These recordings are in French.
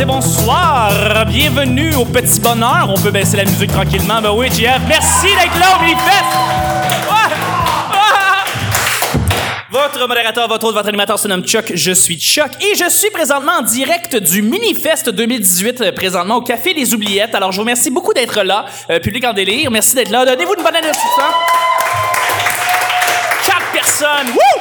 et bonsoir. Bienvenue au Petit Bonheur. On peut baisser la musique tranquillement. Ben oui, JF, merci d'être là au Minifest. Ah! Ah! Votre modérateur, votre autre, votre animateur se nomme Chuck. Je suis Chuck et je suis présentement en direct du Minifest 2018, euh, présentement au Café des Oubliettes. Alors, je vous remercie beaucoup d'être là, euh, public en délire. Merci d'être là. Donnez-vous une bonne année de succès. Quatre personnes. Wouh!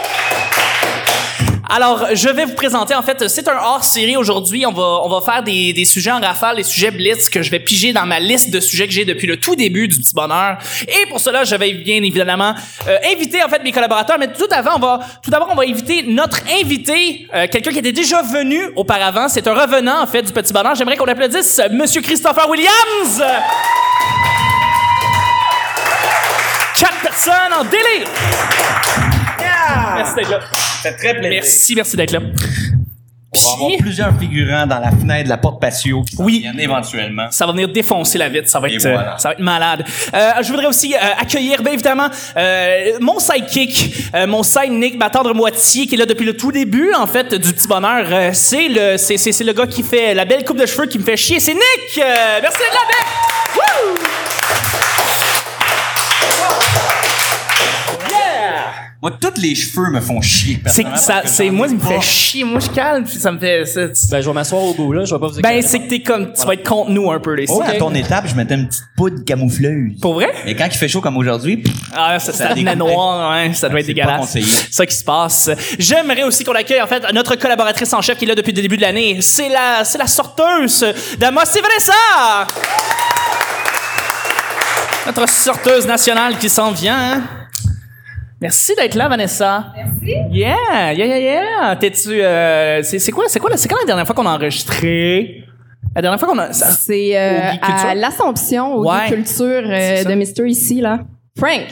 Alors, je vais vous présenter, en fait, c'est un hors-série aujourd'hui. On va, on va faire des, des sujets en rafale, des sujets blitz que je vais piger dans ma liste de sujets que j'ai depuis le tout début du Petit Bonheur. Et pour cela, je vais bien évidemment euh, inviter, en fait, mes collaborateurs. Mais tout avant, on va, tout d'abord, on va inviter notre invité, euh, quelqu'un qui était déjà venu auparavant. C'est un revenant, en fait, du Petit Bonheur. J'aimerais qu'on applaudisse euh, Monsieur Christopher Williams! Quatre personnes en délire! Merci d'être là. C'est très plaisir. Merci, merci d'être là. On va avoir Puis- plusieurs figurants dans la fenêtre de la porte patio qui s'en Oui. viennent éventuellement. Ça va venir défoncer la vitre, ça va Et être, euh, voilà. ça va être malade. Euh, je voudrais aussi euh, accueillir, bien évidemment, euh, mon sidekick, euh, mon sidekick, ma tendre moitié, qui est là depuis le tout début, en fait, du petit bonheur. Euh, c'est le, c'est, c'est, c'est le gars qui fait la belle coupe de cheveux qui me fait chier, c'est Nick. Euh, merci d'être là, Nick. Wouh! Moi, tous les cheveux me font chier. C'est, personnellement, ça, parce que c'est j'en moi ai qui me pas. fait chier, moi je calme, puis ça me fait. c'est- Ben, je vais m'asseoir au bout, là. Je vais pas vous Ben, c'est que t'es comme, tu vas être contre nous un peu, les Oh, à sides. ton étape, je mettais une petite poudre camoufleuse. Pour vrai? Mais quand il fait chaud comme aujourd'hui, pff, Ah, ça, Ça ça, dégoûte. noir, ouais, ça doit être C'est pas dégueulasse. conseillé. C'est ça qui se passe. J'aimerais aussi qu'on accueille, en fait, notre collaboratrice en chef qui est là depuis le début de l'année. C'est la, c'est la sorteuse d'Amos ça Notre sorteuse nationale qui s'en vient, hein. Merci d'être là, Vanessa. Merci. Yeah, yeah, yeah, yeah. T'es-tu, euh, c'est, c'est quoi, c'est quoi, la- c'est quand la dernière fois qu'on a enregistré? La dernière fois qu'on a, ça- C'est euh, Au Geek Culture? à l'Assomption, au Ouais. Geek Culture euh, C'est ça. de Mister ici, là. Frank!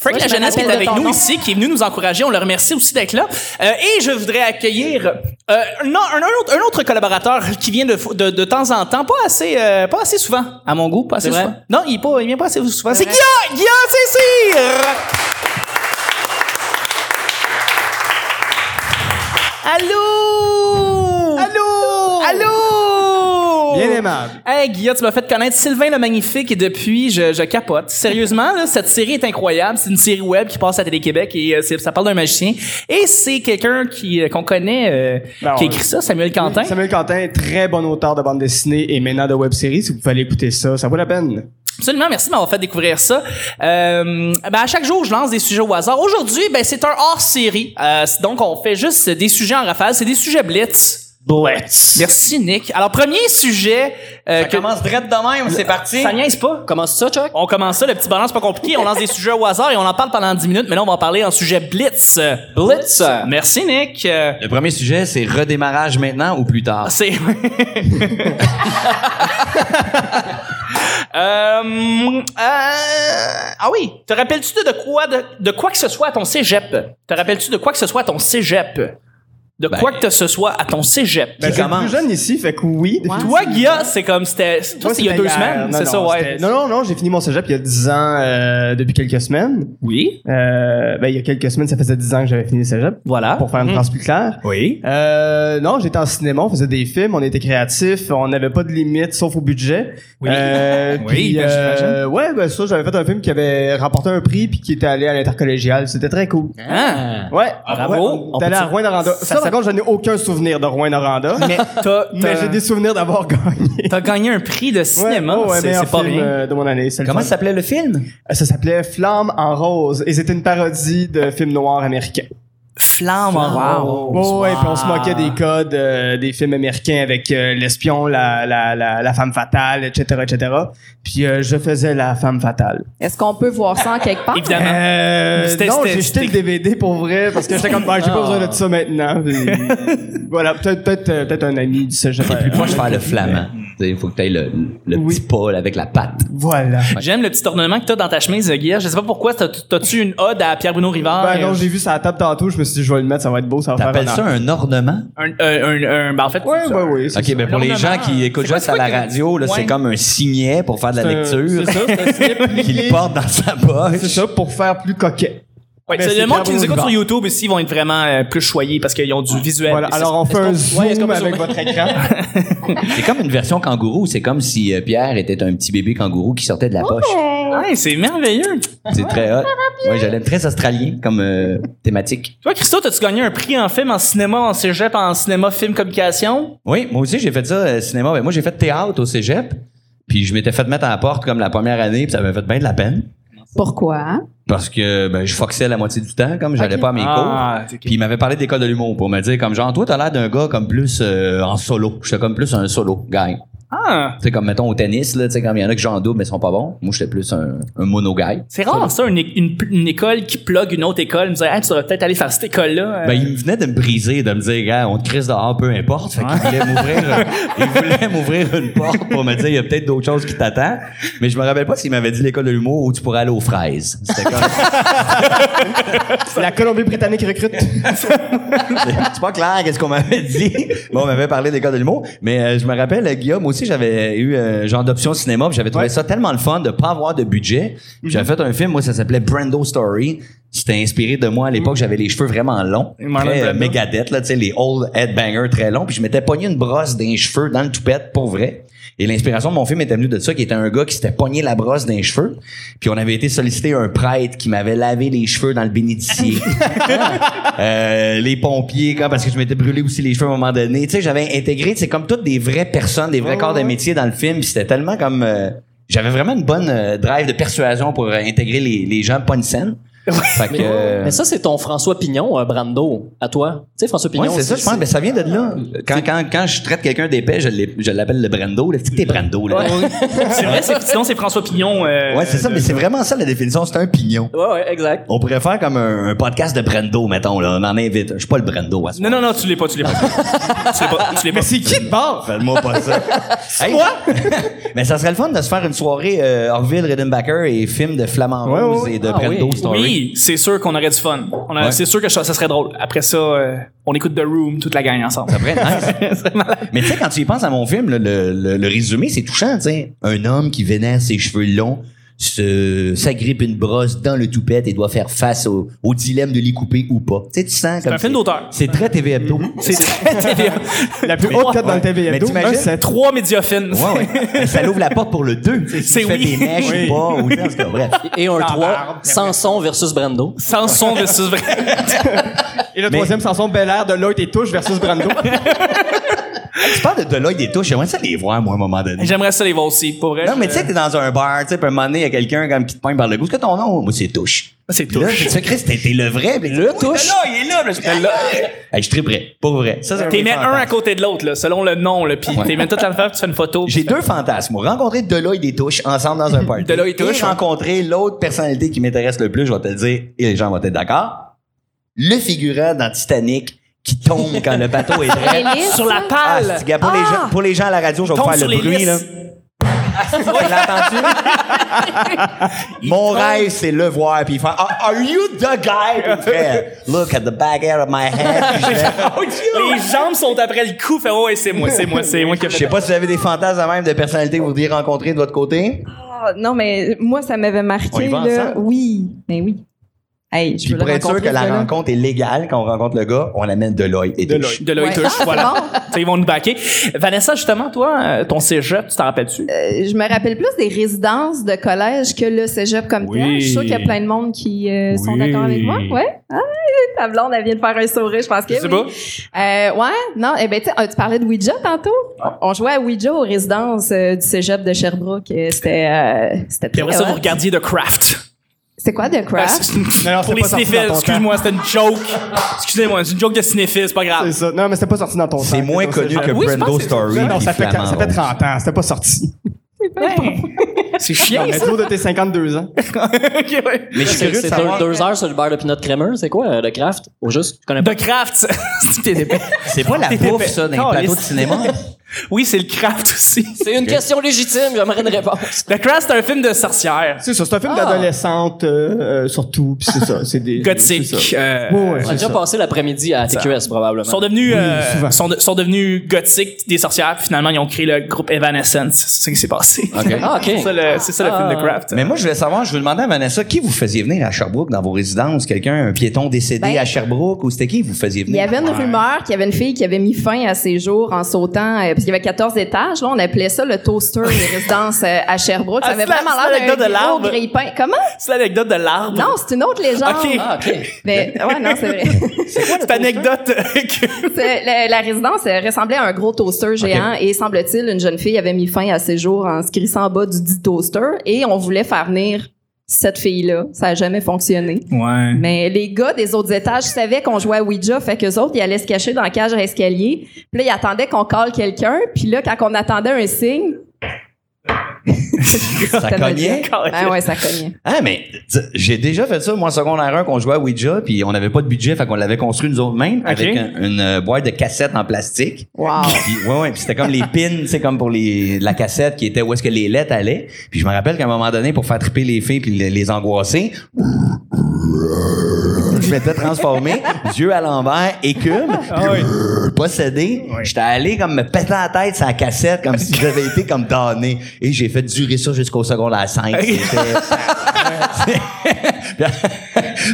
Frank Moi, La je me Jeunesse qui est rappelle de avec ton nous nom. ici, qui est venu nous encourager. On le remercie aussi d'être là. Euh, et je voudrais accueillir euh, non, un, un autre, un autre collaborateur qui vient de, de, de temps en temps, pas assez, euh, pas assez souvent, à mon goût, pas assez C'est vrai? souvent. Non, il, est pas, il vient pas assez souvent. C'est vrai. Guillaume! Guillaume Cécire! Allô! Allô! Allô! Bien aimable. Hey Guilla, tu m'as fait connaître Sylvain le Magnifique et depuis, je, je capote. Sérieusement, là, cette série est incroyable. C'est une série web qui passe à Télé-Québec et euh, c'est- ça parle d'un magicien. Et c'est quelqu'un qui euh, qu'on connaît, euh, Ben, qui a on- écrit ça, Samuel Quentin. Samuel Quentin, très bon auteur de bande dessinée et maintenant de web série. Si vous pouvez aller écouter ça, ça vaut la peine. Absolument, merci de m'avoir fait découvrir ça. Euh, ben, à chaque jour, je lance des sujets au hasard. Aujourd'hui, ben, c'est un hors-série. Euh, c'est- donc, on fait juste des sujets en rafale. C'est des sujets blitz. Blitz. Merci, Nick. Alors, premier sujet... euh, Ça que- commence direct de même, c'est parti. Ça niaise pas. Comment ça, Chuck? On commence ça, le petit bonheur, c'est pas compliqué. On lance des sujets au hasard et on en parle pendant 10 minutes, mais là, on va en parler en sujet blitz. Blitz. Merci, Nick. Euh, Le premier sujet, c'est redémarrage maintenant ou plus tard. c'est. Euh, euh, ah oui, te rappelles-tu de, de quoi de, de quoi que ce soit à ton cégep? Te rappelles-tu de quoi que ce soit à ton cégep? De Ben, quoi que ce soit à ton cégep? Ben, Qui c'est le commence? plus jeune ici, fait que oui. définitivement. Toi, Guilla, c'est comme c'était. Toi, Moi, c'est il y a c'était deux hier. semaines, Non, c'est non, ça, ouais. c'était- Non, non, non, j'ai fini mon cégep il y a 10 ans, euh, depuis quelques semaines. Oui, Euh, ben, il y a quelques semaines, ça faisait 10 ans que j'avais fini le cégep. voilà. Pour faire une Mhm. phrase plus claire. Oui. Euh, non, j'étais en cinéma, on faisait des films, on était créatifs, on n'avait pas de limite sauf au budget. Oui. Euh, Oui, puis, ben, euh, j'imagine. ouais, ben ça, j'avais fait un film qui avait remporté un prix puis qui était allé à l'intercollégial. C'était très cool. Ah. Ouais. Bravo. Ouais, On on peut est allé à dire- Rouen-Noranda. Ça Ça, par s'appelle- contre, je n'ai aucun souvenir de Rouen-Noranda. Mais t'as. mais j'ai des souvenirs d'avoir gagné. T'as gagné un prix de cinéma, Ouais, ouais, c'est, meilleur c'est pas film, rien. euh, de mon année. c'est le Comment fun. ça s'appelait le film? Euh, ça s'appelait Flamme en rose et c'était une parodie de film noir américain. Flamme en rose. Ouais, ouais, puis on se moquait des codes euh, des films américains avec euh, l'espion, la, la, la, la femme fatale, etc., etc. Puis euh, je faisais la femme fatale. Est-ce qu'on peut voir ça en quelque part? Évidemment. Euh, C'était- non, c'était- j'ai jeté le c'était- DVD pour vrai parce que j'étais comme, bah, j'ai pas besoin de Ah. ça maintenant. Puis, voilà, peut-être peut-être euh, peut-être un ami du cégep. T'es plus proche de faire le flamand. Il faut que t'ailles le, le Oui. petit pas là, avec la patte. Voilà. J'aime le petit ornement que t'as dans ta chemise, Guillaume. Je sais pas pourquoi, t'as- t'as-tu une ode à Pierre-Bruno Rivard? Ben non, Euh, j'ai vu ça à la table tantôt, je me suis dit, je vais le mettre, ça va être beau, ça va faire T'appelles ça un ornement? un, un, un, un- ben en fait, Ouais, c'est ouais, ça. ouais. c'est OK, ça. ben pour les gens L'ornement. qui écoutent C'est juste à quoi, la c'est quoi que- radio, là, Ouais. c'est comme un signet pour faire de la C'est un- lecture C'est ça, c'est un slip qu'il plié. porte dans sa C'est poche. ça, pour faire plus coquet. Ouais, Mais c'est c'est le monde qui Cabo nous écoute River. sur YouTube ici vont être vraiment euh, plus choyés parce qu'ils ont du Ben, visuel. Voilà, Et alors on fait un est-ce qu'on- ouais, est-ce qu'on zoom peut avec zoomer? votre écran. C'est comme une version kangourou. C'est comme si euh, Pierre était un petit bébé kangourou qui sortait de la poche. c'est- Ouais, c'est merveilleux. C'est très hot. Moi, je l'aime très australien comme euh, thématique. Toi, Christo, as-tu gagné un prix en film, en cinéma, en cégep, en cinéma, film, communication? Oui, moi aussi, j'ai fait ça euh, cinéma. Ben, moi, j'ai fait théâtre au cégep. Puis je m'étais fait mettre à la porte comme la première année, puis ça m'avait fait bien de la peine. Pourquoi? Euh, Parce que ben, je foxais la moitié du temps, comme j'allais Ok. pas à mes cours. Ah, ok. Puis il m'avait parlé d'école de l'humour pour me dire comme genre toi t'as l'air d'un gars comme plus euh, en solo. J'étais comme plus un solo guy. Ah, Tu sais comme mettons au tennis là, tu sais comme il y en a qui jouent en double mais sont pas bons. Moi j'étais plus un, un mono guy. c'est rare, ça, une, une- une école qui plug une autre école, me disait, hey, tu devrais peut-être aller faire cette école-là. euh. Ben, il venait de me briser, de me dire, gars, on te crisse dehors, peu importe. Fait qu'il voulait m'ouvrir, il voulait m'ouvrir une porte pour me dire, il y a peut-être d'autres choses qui t'attendent. Mais je me rappelle pas s'il m'avait dit l'école de l'humour où tu pourrais aller aux fraises. C'était comme, La Colombie-Britannique recrute. c'est pas clair qu'est-ce qu'on m'avait dit. Bon, on m'avait parlé de l'école de l'humour. Mais euh, je me rappelle, euh, Guillaume aussi, j'avais eu euh, genre d'option cinéma, puis j'avais trouvé Ouais. ça tellement le fun de pas avoir de budget. Puis J'avais Mhm. fait un film, moi, ça s'appelait Brando Story. C'était inspiré de moi à l'époque, j'avais les cheveux vraiment longs. Marlon Très, euh, Brando. Megadeth, là, tu sais, les old headbangers très longs. Puis je m'étais pogné une brosse d'un cheveux dans le toupette, pour vrai. Et l'inspiration de mon film était venue de ça, qui était un gars qui s'était pogné la brosse d'un cheveux. Puis on avait été solliciter un prêtre qui m'avait lavé les cheveux dans le bénitier. Euh, les pompiers, quand, parce que je m'étais brûlé aussi les cheveux à un moment donné. Tu sais, j'avais intégré, c'est comme toutes des vraies personnes, des vrais corps de métier dans le film. Puis c'était tellement comme... euh, j'avais vraiment une bonne euh, drive de persuasion pour euh, intégrer les, les gens, pas une scène. Fait que... euh, Mais ça, c'est ton François Pignon, euh, Brando, à toi. Tu sais, François Pignon. Ouais, c'est ça, je pense. Ben, ça vient de là. Quand, quand, quand je traite quelqu'un d'épais, je l'ai- je l'appelle le Brando. là. C'est que t'es Brando, là. Ouais, c'est vrai, c'est, sinon c'est François Pignon. euh, c'est ça, de- mais c'est vraiment ça la définition. C'est un pignon. Ouais, ouais, exact. On pourrait faire comme un, un podcast de Brando, mettons, là. On en invite. Je suis pas le Brando à ce Non, non, non, tu l'es pas, tu l'es pas. tu l'es pas, tu l'es pas. Mais c'est qui de bord? Faites-moi pas ça. moi? mais ça serait le fun de se faire une soirée euh, Orville, Redenbacher et film de Flamand Ouais, Rose ouais. et de Ah, Brando oui. Story. Oui, c'est sûr qu'on aurait du fun. On a- Ouais. C'est sûr que ça, ça serait drôle. Après ça, euh, on écoute The Room, toute la gang ensemble. Ça pourrait être nice. Mais tu sais, quand tu y penses à mon film, là, le, le- le résumé, c'est touchant, tu sais. Un homme qui vénère ses cheveux longs, se, s'agrippe une brosse dans le toupette et doit faire face au, au dilemme de l'y couper ou pas. Tu sais, tu sens comme. un film d'auteur. C'est très TV Hebdo. C'est très, très bien. La plus haute cote dans le TV Mais hebdo, t'imagines? un, c'est Trois médiophiles. Ouais, ouais. Mais ça l'ouvre la porte pour le 2. C'est fait oui. des mèches Oui. ou pas, ou en tout cas, bref. Et un 3, barbe. Samson versus Brando. Sans son de sous vrai. Et le troisième chanson, Bel Air de Lloyd et Touche versus Brando. Tu parles de Deloitte des touches, j'aimerais ça les voir, moi, à un moment donné. J'aimerais ça les voir aussi, pour vrai. Non, mais tu sais, t'es dans un bar, tu sais, puis à un moment donné, il y a quelqu'un comme qui te pointe par le goût. C'est que ton nom? Moi, c'est Touche. C'est Puis là, touche. tu sais, Chris, t'es t'es le vrai. puis là, Touche. Là, il est là. puis là, je- Hey, je triperais, pour vrai. Ça, c'est T'es un mets un à fantasme. côté de l'autre, là, selon le nom, là, puis Ouais. t'es mets tout à l'enfer, puis tu fais une photo. J'ai deux fantasmes. moi. Rencontrer Deloitte des touches ensemble dans un party. Deloitte et Touche, Et ouais. rencontrer l'autre personnalité qui m'intéresse le plus, je vais te le dire, et les gens vont être d'accord. Le figurant dans Titanic qui tombe quand le bateau est prêt. Élise, Sur la ça? Ah, palle. c'est- gars, pour, les gens, pour les gens à la radio, je vais vous Tombe faire sur le les bruit. listes. Là. Tu l'as entendu? Mon rêve, c'est le voir puis il fait Are are you the guy? Puis il fait, Look at the back end of my head. Puis je fais, Les jambes sont après le cou, fait oh, ouais, c'est moi, c'est moi, c'est moi qui ai Je sais pas si vous avez des fantasmes même de personnalités que vous voudriez rencontrer de votre côté. Ah, non, mais moi, ça m'avait On y marqué. va Là. ensemble? Oui, mais oui. Hey, je Puis veux le pour être sûr rencontrer, que la ce gars-là. rencontre est légale, quand on rencontre le gars, on amène de l'œil et de Deloitte. De l'œil Ouais. touche, Ah, c'est voilà. bon. Tu sais, Ils vont nous baquer. Vanessa, justement, toi, euh, ton cégep, tu t'en rappelles-tu? Euh, je me rappelle plus des résidences de collège que le cégep comme Oui. tel. Je suis sûre qu'il y a plein de monde qui euh, sont Oui. d'accord avec moi. Ouais. Ah, ta blonde, elle vient de faire un sourire, je pense que Je sais oui. pas. Euh, ouais, non, eh ben, tu sais, ah, tu parlais de Ouija tantôt. On on jouait à Ouija aux résidences euh, du cégep de Sherbrooke. Euh, C'était, euh, c'était Puis très après ça, hot. vous regardiez The Craft. C'est quoi The Ah, Craft? c'est une- Non, non, Pour c'est les pas sorti cinéphiles, dans ton excuse-moi, c'était une joke. Excusez-moi, c'est une joke de cinéphile, c'est pas grave. C'est ça. Non, mais c'était pas sorti dans ton C'est temps, moins dans ce connu genre. que oui, je pense Brando que c'est- Story. Non, non, puis ça fait, Flamand ça fait Rose. 30 ans. C'était pas sorti. C'est chiant, Mais ça. trop de tes 52 ans. Ok, ouais. Mais je suis C'est curieux de c'est savoir. deux, deux heures sur le beurre de peanut crème. C'est quoi, euh, le craft? Au juste, je connais pas. The Craft, c'est- c'est t'es épais. C'est pas la T'es bouffe, épais. ça, d'un plateau de Caliste. cinéma. Oui, c'est le craft aussi. C'est une question légitime, j'aimerais une réponse. Le craft, c'est un film de sorcière. C'est ça, c'est un film d'adolescente, euh, euh, surtout, puis c'est ça, c'est des... c'est Gothique. ça. euh, Ouais, ouais, On a c'est déjà ça. passé l'après-midi à TQS, probablement. sont devenus euh, souvent. sont, de- sont devenus gothiques des sorcières puis finalement ils ont créé le groupe Evanescence c'est ce qui s'est passé OK. Ah, OK. c'est ça le, c'est ça, le film Ah. de Craft Mais moi, je voulais savoir, je voulais demander à Vanessa, qui vous faisiez venir à Sherbrooke dans vos résidences? Quelqu'un, un piéton décédé Ben, à Sherbrooke ou c'était qui vous faisiez Il venir? y avait une rumeur qu'il y avait une fille qui avait mis fin à ses jours en sautant, euh, parce qu'il y avait 14 étages. Là, on appelait ça le toaster des résidences euh, à Sherbrooke. Ça Ah, avait c'est la- vraiment c'est l'anecdote l'air de d'un gros l'arbre. grille-pain. Comment? c'est l'anecdote de l'arbre Non, c'est une autre légende. Ok. Ah, OK. Mais, ouais, non, c'est vrai. cette anecdote que- C'est- la, la résidence euh, ressemblait à un gros toaster géant et semble-t-il, une jeune fille avait mis fin à ses jours en se crissant en bas du dit toaster et on voulait faire venir cette fille-là. Ça a jamais fonctionné. ouais Mais les gars des autres étages savaient qu'on jouait à Ouija, fait qu'eux autres, ils allaient se cacher dans la cage à escalier. Puis là, ils attendaient qu'on colle quelqu'un. Puis là, quand on attendait un signe... Ah, Ça c'était notre cognait? gars. Ben ouais, ça cognait. Ah, mais t- j'ai déjà fait ça, moi, en secondaire 1, qu'on jouait à Ouija, puis on n'avait pas de budget, fait qu'on l'avait construit nous autres mêmes, avec un- une euh, boîte de cassettes en plastique. Wow. Puis, ouais, ouais, puis c'était comme les pins, c'est comme pour les, la cassette qui était où est-ce que les lettres allaient. Puis je me rappelle qu'à un moment donné, pour faire triper les filles puis les, les angoisser, je m'étais transformé, Dieu à l'envers, écume, puis possédé. J'étais allé comme me péter la tête sur la cassette comme si j'avais été comme donné. Et j'ai fait durer ça jusqu'au second à 5.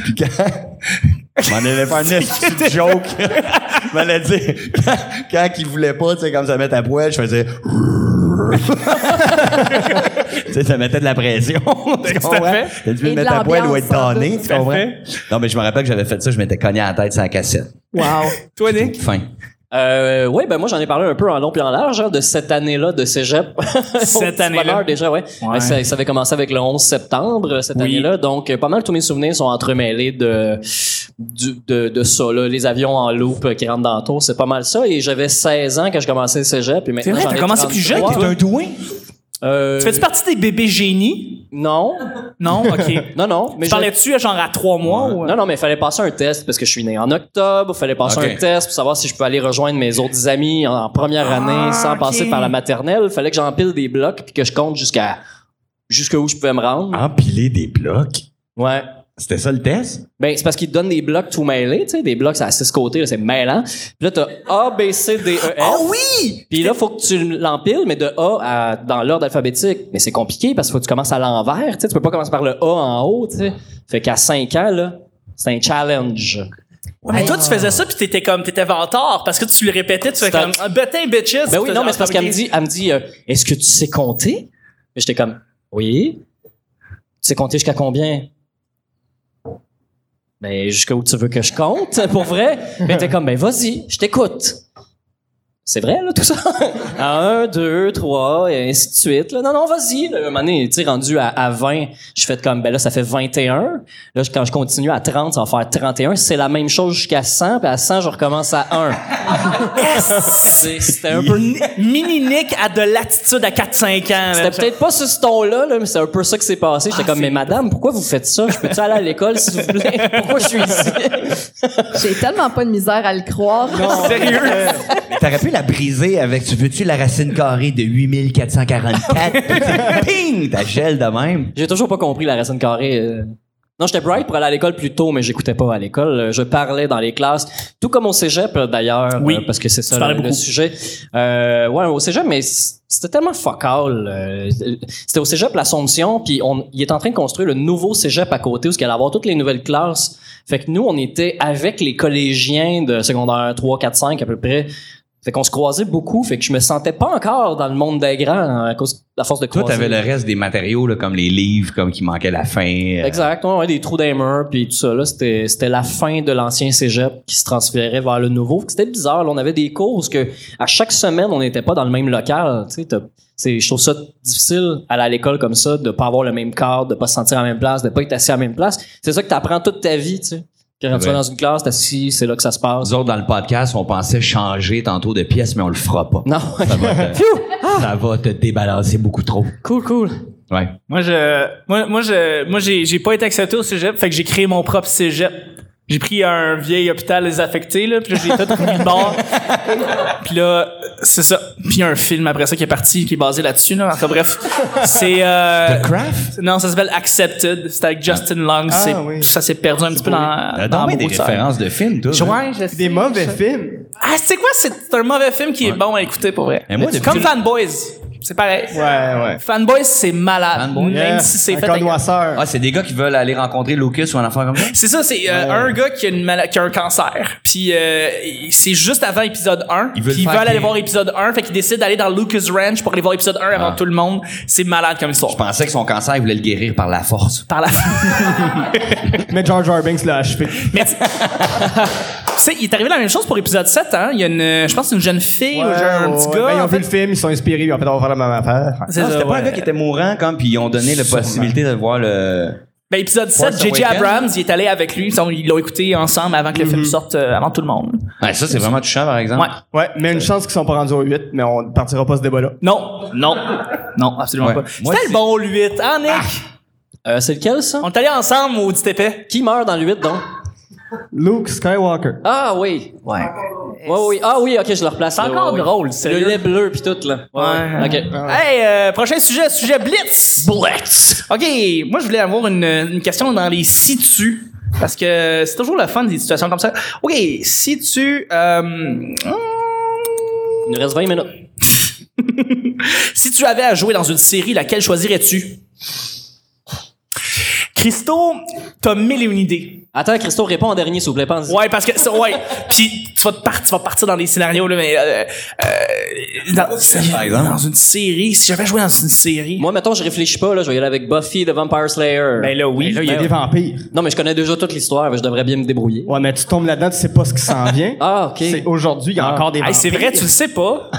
puis quand... Je m'en allais faire une petite joke. Je m'en allais dire, quand, quand il voulait pas, tu sais, comme ça mettre à poil, je faisais... tu sais, ça mettait de la pression. tu comprends? fait. T'as dû Et de mettre à poil ou être l'ambiance, sans donné, doute. tu Tout à comprends? fait. Non, mais je me rappelle que j'avais fait ça, je m'étais cogné à la tête sur la cassette. Wow. toi Nick Fin. Euh, oui, ben moi j'en ai parlé un peu en long puis en large hein, de cette année-là de cégep. Au petit année-là. bonheur, déjà, ouais. Ouais. Ben, ça, ça avait commencé avec le 11 septembre euh, cette Oui. année-là, donc euh, pas mal tous mes souvenirs sont entremêlés de du- de, de ça là, les avions en loupe euh, qui rentrent dans le tour, c'est pas mal ça. Et j'avais 16 ans quand je commençais le cégep et maintenant vrai, j'en t'as ai commencé plus jeune, 33. t'es un doué? Euh, tu fais-tu partie des bébés génies Non, non ok non, non. Mais tu parlais-tu euh, genre à trois mois ou Non, non, mais il fallait passer un test parce que je suis né en octobre. Il fallait passer Ok. un test pour savoir si je peux aller rejoindre mes autres amis en, en première année sans ok. passer par la maternelle. Il fallait que j'empile des blocs puis que je compte jusqu'à jusqu'à où je pouvais me rendre. Empiler des blocs? Ouais. C'était ça le test? Ben, c'est parce qu'ils te donnent des blocs tout mêlés, tu sais, des blocs c'est à six côtés, là, c'est mêlant. Puis là, t'as A, B, C, D, E, F. oui! Puis là, faut que tu l'empiles, mais de A à, dans l'ordre alphabétique. Mais c'est compliqué parce qu'il faut que tu commences à l'envers. Tu sais, tu peux pas commencer par le A en haut. Tu sais. Fait qu'à 5 ans, là, c'est un challenge. mais toi tu faisais ça puis t'étais comme t'étais vantard parce que tu le répétais tu fais C'était- comme Ah, betin bitches Tu Ben oui, non, faisais- mais c'est parce qu'elle me dit, elle me dit, euh, est-ce que tu sais compter? Mais j'étais comme, oui. Tu sais compter jusqu'à combien? Ben, jusqu'à où tu veux que je compte, pour vrai. Mais t'es comme, ben, vas-y, je t'écoute. C'est vrai, là, tout ça? À un, deux, trois, et ainsi de suite. Là. Non, non, vas-y. Là, un moment donné, tu sais, rendu à, à 20, je fais comme, ben là, ça fait 21. Là, je- quand je continue à 30, ça va faire 31. C'est la même chose jusqu'à 100, puis à 100, je recommence à 1. C'est- C'était un peu mini Nick a de l'attitude à 4-5 ans là. c'était peut-être pas sur ce ton-là, là, mais c'est un peu ça qui s'est passé. J'étais comme, mais madame, pourquoi vous faites ça? Je peux-tu aller à l'école, s'il vous plaît? Pourquoi je suis ici? J'ai tellement pas de misère à le croire. sérieux T'aurais pu la briser avec, tu veux-tu la racine carrée de 8444? Ping! Ta gèle de même. J'ai toujours pas compris la racine carrée. euh. Non, j'étais bright pour aller à l'école plus tôt, mais j'écoutais pas à l'école. Euh, Je parlais dans les classes, tout comme au cégep, euh, d'ailleurs, Oui. euh, parce que c'est ça Tu le, parlais le beaucoup. sujet. Euh, ouais, au cégep, mais c- c'était tellement focal. euh, c'était au cégep l'Assomption, puis on, il est en train de construire le nouveau cégep à côté, où il allait avoir toutes les nouvelles classes. Fait que nous, on était avec les collégiens de secondaire 3, 4, 5 à peu près. Fait qu'on se croisait beaucoup, fait que je me sentais pas encore dans le monde des grands hein, à cause de la force de Toi, croiser. t'avais le reste des matériaux, là, comme les livres, comme qui manquaient la fin. euh, Exact, ouais, ouais, des trous d'un mur, puis tout ça. là, C'était c'était la fin de l'ancien cégep qui se transférait vers le nouveau. Fait que C'était bizarre. là, on avait des cours parce que à chaque semaine, on n'était pas dans le même local. tu sais, t'as- c'est- Je trouve ça difficile aller à l'école comme ça, de pas avoir le même cadre, de pas se sentir à la même place, de pas être assis à la même place. C'est ça que tu apprends toute ta vie. tu sais. Quand tu Ouais. vas dans une classe, t'es assis, c'est là que ça se passe. Nous autres, dans le podcast, on pensait changer tantôt de pièce, mais on le fera pas. Non, Ça va te, Ah! ça va te débalancer beaucoup trop. cool, cool. Ouais. Moi, je, moi, moi, je, moi, j'ai, j'ai pas été accepté au cégep, fait que j'ai créé mon propre cégep. J'ai pris un vieil hôpital désaffecté, là, puis là, j'ai tout remis de bord. Puis là, c'est ça. Puis il y a un film après ça qui est parti, qui est basé là-dessus, là. Enfin bref, c'est... Euh, The Craft? non, ça s'appelle Accepted. C'est avec Justin Long. C'est- oui. Ça s'est perdu un petit peu dans, Euh, T'as dans donc bien des beaucoup de salles. références de films, toi. hein? Ouais, je sais. Des mauvais films. Ah, c'est quoi? C'est un mauvais film qui est bon à écouter, pour vrai. Mais moi, depuis Comme que- Fanboys. C'est pareil. Ouais, ouais. Fanboys, c'est malade. Fanboys. Même Yeah. si c'est Un fait avec- connoisseur. Ah, c'est des gars qui veulent aller rencontrer Lucas ou un enfant comme ça? C'est ça, c'est euh, un gars qui a, une mala- qui a un cancer. Puis euh, il- c'est juste avant épisode 1. Puis Ils veulent ils faire veulent des- aller voir épisode 1. Fait qu'ils décident d'aller dans Lucas Ranch pour aller voir épisode 1 avant tout le monde. C'est malade comme histoire. Ah. Je pensais que son cancer, il voulait le guérir par la force. Par la Mais George Jar Binks l'a achevé. Mais tu tu sais, il est arrivé la même chose pour épisode 7. Hein? Il y a une, je pense, une jeune fille ou un petit gars. Ben, ils ont en vu fait. le film, ils sont inspirés, ils ont fait on va faire la même affaire. C'est Ah, ça, C'était pas un ouais. gars qui était mourant, comme, puis ils ont donné la possibilité de voir le. Ben, épisode 7, Force J.J. Awakens. Abrams, il est allé avec lui. Ils sont- Ils l'ont écouté ensemble avant que le Mhm. film sorte euh, avant tout le monde. Ouais, ça, c'est vraiment touchant, par exemple. Ouais. Ouais, mais une chance qu'ils sont pas rendus au 8, mais on partira pas ce débat-là. Non, non, non, absolument Ouais. pas. Moi, Ah. C'était le c'est- bon, le 8, hein, Nick? Euh, c'est lequel, ça? On est allés ensemble au petit épais. Qui meurt dans le 8, donc? Luke Skywalker. Ah oui. Ouais. Ouais, oui. Ah oui, ok, je le replace. C'est encore drôle, Le sérieux. lait bleu puis tout, là. Ouais. Ok. Hey, euh, prochain sujet, sujet Blitz. Blitz. OK, moi je voulais avoir une, une question dans les situs. Parce que c'est toujours le fun des situations comme ça. OK, si tu... euh, hmm, Il nous reste 20 minutes. si tu avais à jouer dans une série, laquelle choisirais-tu? Christo, t'as mille et une idées. Attends, Christo, réponds en dernier, s'il vous plaît, pas en disant- Ouais, parce que ça, ouais. Puis tu vas, te par- tu vas partir dans des scénarios là, mais euh, euh, dans, par exemple? dans une série, si j'avais joué dans une série. Moi, mettons, je réfléchis pas, là. Je vais y aller avec Buffy the Vampire Slayer. Ben là, oui. Là, il y a Ben, des vampires. Non, mais je connais déjà toute l'histoire, je devrais bien me débrouiller. Ouais, mais tu tombes là-dedans, tu sais pas ce qui s'en vient. Ah, ok. C'est aujourd'hui, il y a encore des Hey, vampires. c'est vrai, tu le sais pas.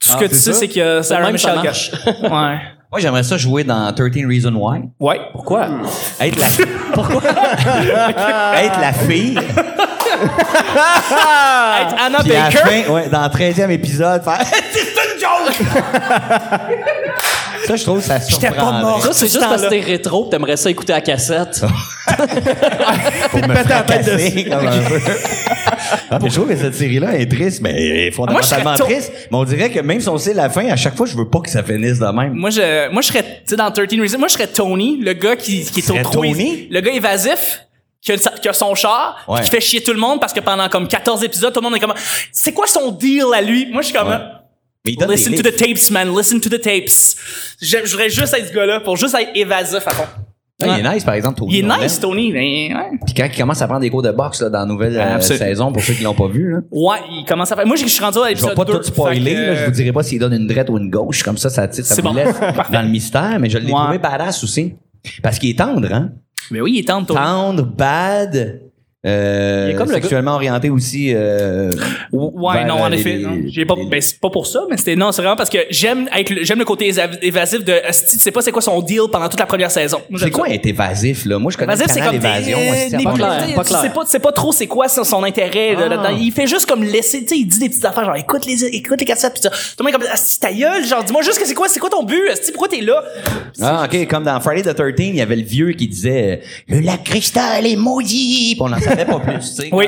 Tout ce Ah, que tu c'est sais, ça. c'est que Sarah même, ça Michelle marche. Gellar. Ouais. Moi, j'aimerais ça jouer dans 13 Reasons Why. Ouais. Pourquoi? Être la. Pourquoi? Être la fille. Être Anna Puis à la Ah. Baker. fin, ouais, dans le 13e épisode, faire. c'est une joke! ça, je trouve, ça surprend. pas mort. Ça, c'est Ce juste parce que temps-là. t'es rétro pis t'aimerais ça écouter à cassette. Pour me fracasser, comme un peu. Ah, mais je trouve que cette série-là est triste, mais elle est fondamentalement Ah, Moi, je serais- triste. Mais on dirait que même si on sait la fin, à chaque fois, je veux pas que ça finisse de même. Moi, je, moi, je serais, tu sais, dans 13 Reasons, moi, je serais Tony, le gars qui, qui est au serais trou. Tony? Le gars évasif. Qui a, qui a son char, puis Ouais. qui fait chier tout le monde parce que pendant comme 14 épisodes, tout le monde est comme C'est quoi son deal à lui? Moi, je suis comme Ouais. Mais il donne des Listen to the livres. tapes, man, listen to the tapes. J'ai- Je voudrais juste être ce gars-là pour juste être évasif à fond. Ah, Il est nice, par exemple, Tony Il est Nolan. nice, Tony, mais ouais. Puis quand il commence à prendre des cours de boxe là, dans la nouvelle euh, Absolument. saison, pour ceux qui l'ont pas vu, là, Ouais, il commence à faire. Moi, je suis rendu à je l'épisode vais pas 2, tout spoiler. fait que- là, je vous dirai pas s'il donne une droite ou une gauche. Comme ça, ça, tu sais, ça C'est vous bon. laisse dans le mystère. Mais je l'ai Ouais. trouvé badass aussi. Parce qu'il est tendre, hein? Mais oui, il est tendre, Tony. Tendre, bad... Euh, Il est comme le gars- sexuellement orienté aussi. euh, Ouais, vers, non, en euh, effet. les- non. les- J'ai pas, les- ben, c'est pas pour ça, mais c'était, non, c'est vraiment parce que j'aime être le, j'aime le côté ésa- évasif de, esti, tu sais pas c'est quoi son deal pendant toute la première saison. Moi, j'aime C'est quoi ça. être évasif, là? Moi, je connais Évasif, le c'est canal comme évasion. des- moi, c'est des- pas des- clair. clair, tu pas sais, clair. Tu sais pas, tu sais pas trop c'est quoi son, son intérêt, là, Ah. dedans. Il fait juste comme laisser, tu sais, il dit des petites affaires, genre, écoute les, écoute les cassettes, pis ça. Tout le monde est comme, esti, ta gueule, genre, dis-moi juste que c'est quoi, c'est quoi ton but, esti, pourquoi t'es là? Ah, OK. Comme dans Friday the 13, il y avait le vieux qui disait « Le lac cristal est maudit! » Puis on n'en savait pas plus, tu sais. Oui.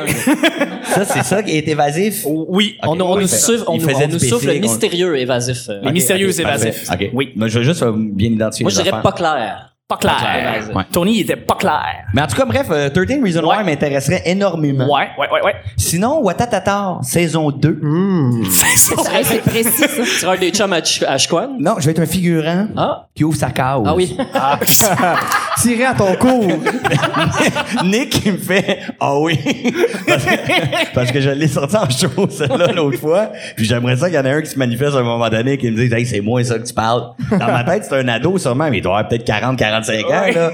ça, c'est ça qui est évasif. Oui. Ok, On, on oui, nous, fait- souffle, on il nous, faisait on du nous souffle spécifique, on- mystérieux évasif. Euh, Les mystérieux évasifs. OK. Oui. Mais je veux juste euh, bien identifier Moi, les je dirais affaires. pas clair. Pas clair. clair. Ouais. Tony, il était pas clair. Mais en tout cas, bref, euh, 13 Reasons Ouais. Why m'intéresserait énormément. Ouais, ouais, ouais, ouais. Sinon, Watatata, saison 2. Mm. Hey, c'est précis, ça. Tu des chums à, Ch à Chicoine? Non, je vais être un figurant Ah. qui ouvre sa case. Ah oui. Tirez à ton cours. Nick, il me fait « Ah oui! » parce, que- parce que je l'ai sorti en show, celle-là, l'autre fois. Puis j'aimerais ça qu'il y en ait un qui se manifeste à un moment donné et qui me dise « Hey, c'est moi ça que tu parles. » Dans ma tête, c'est un ado sûrement, mais il doit avoir peut-être 40, 45 ans, là.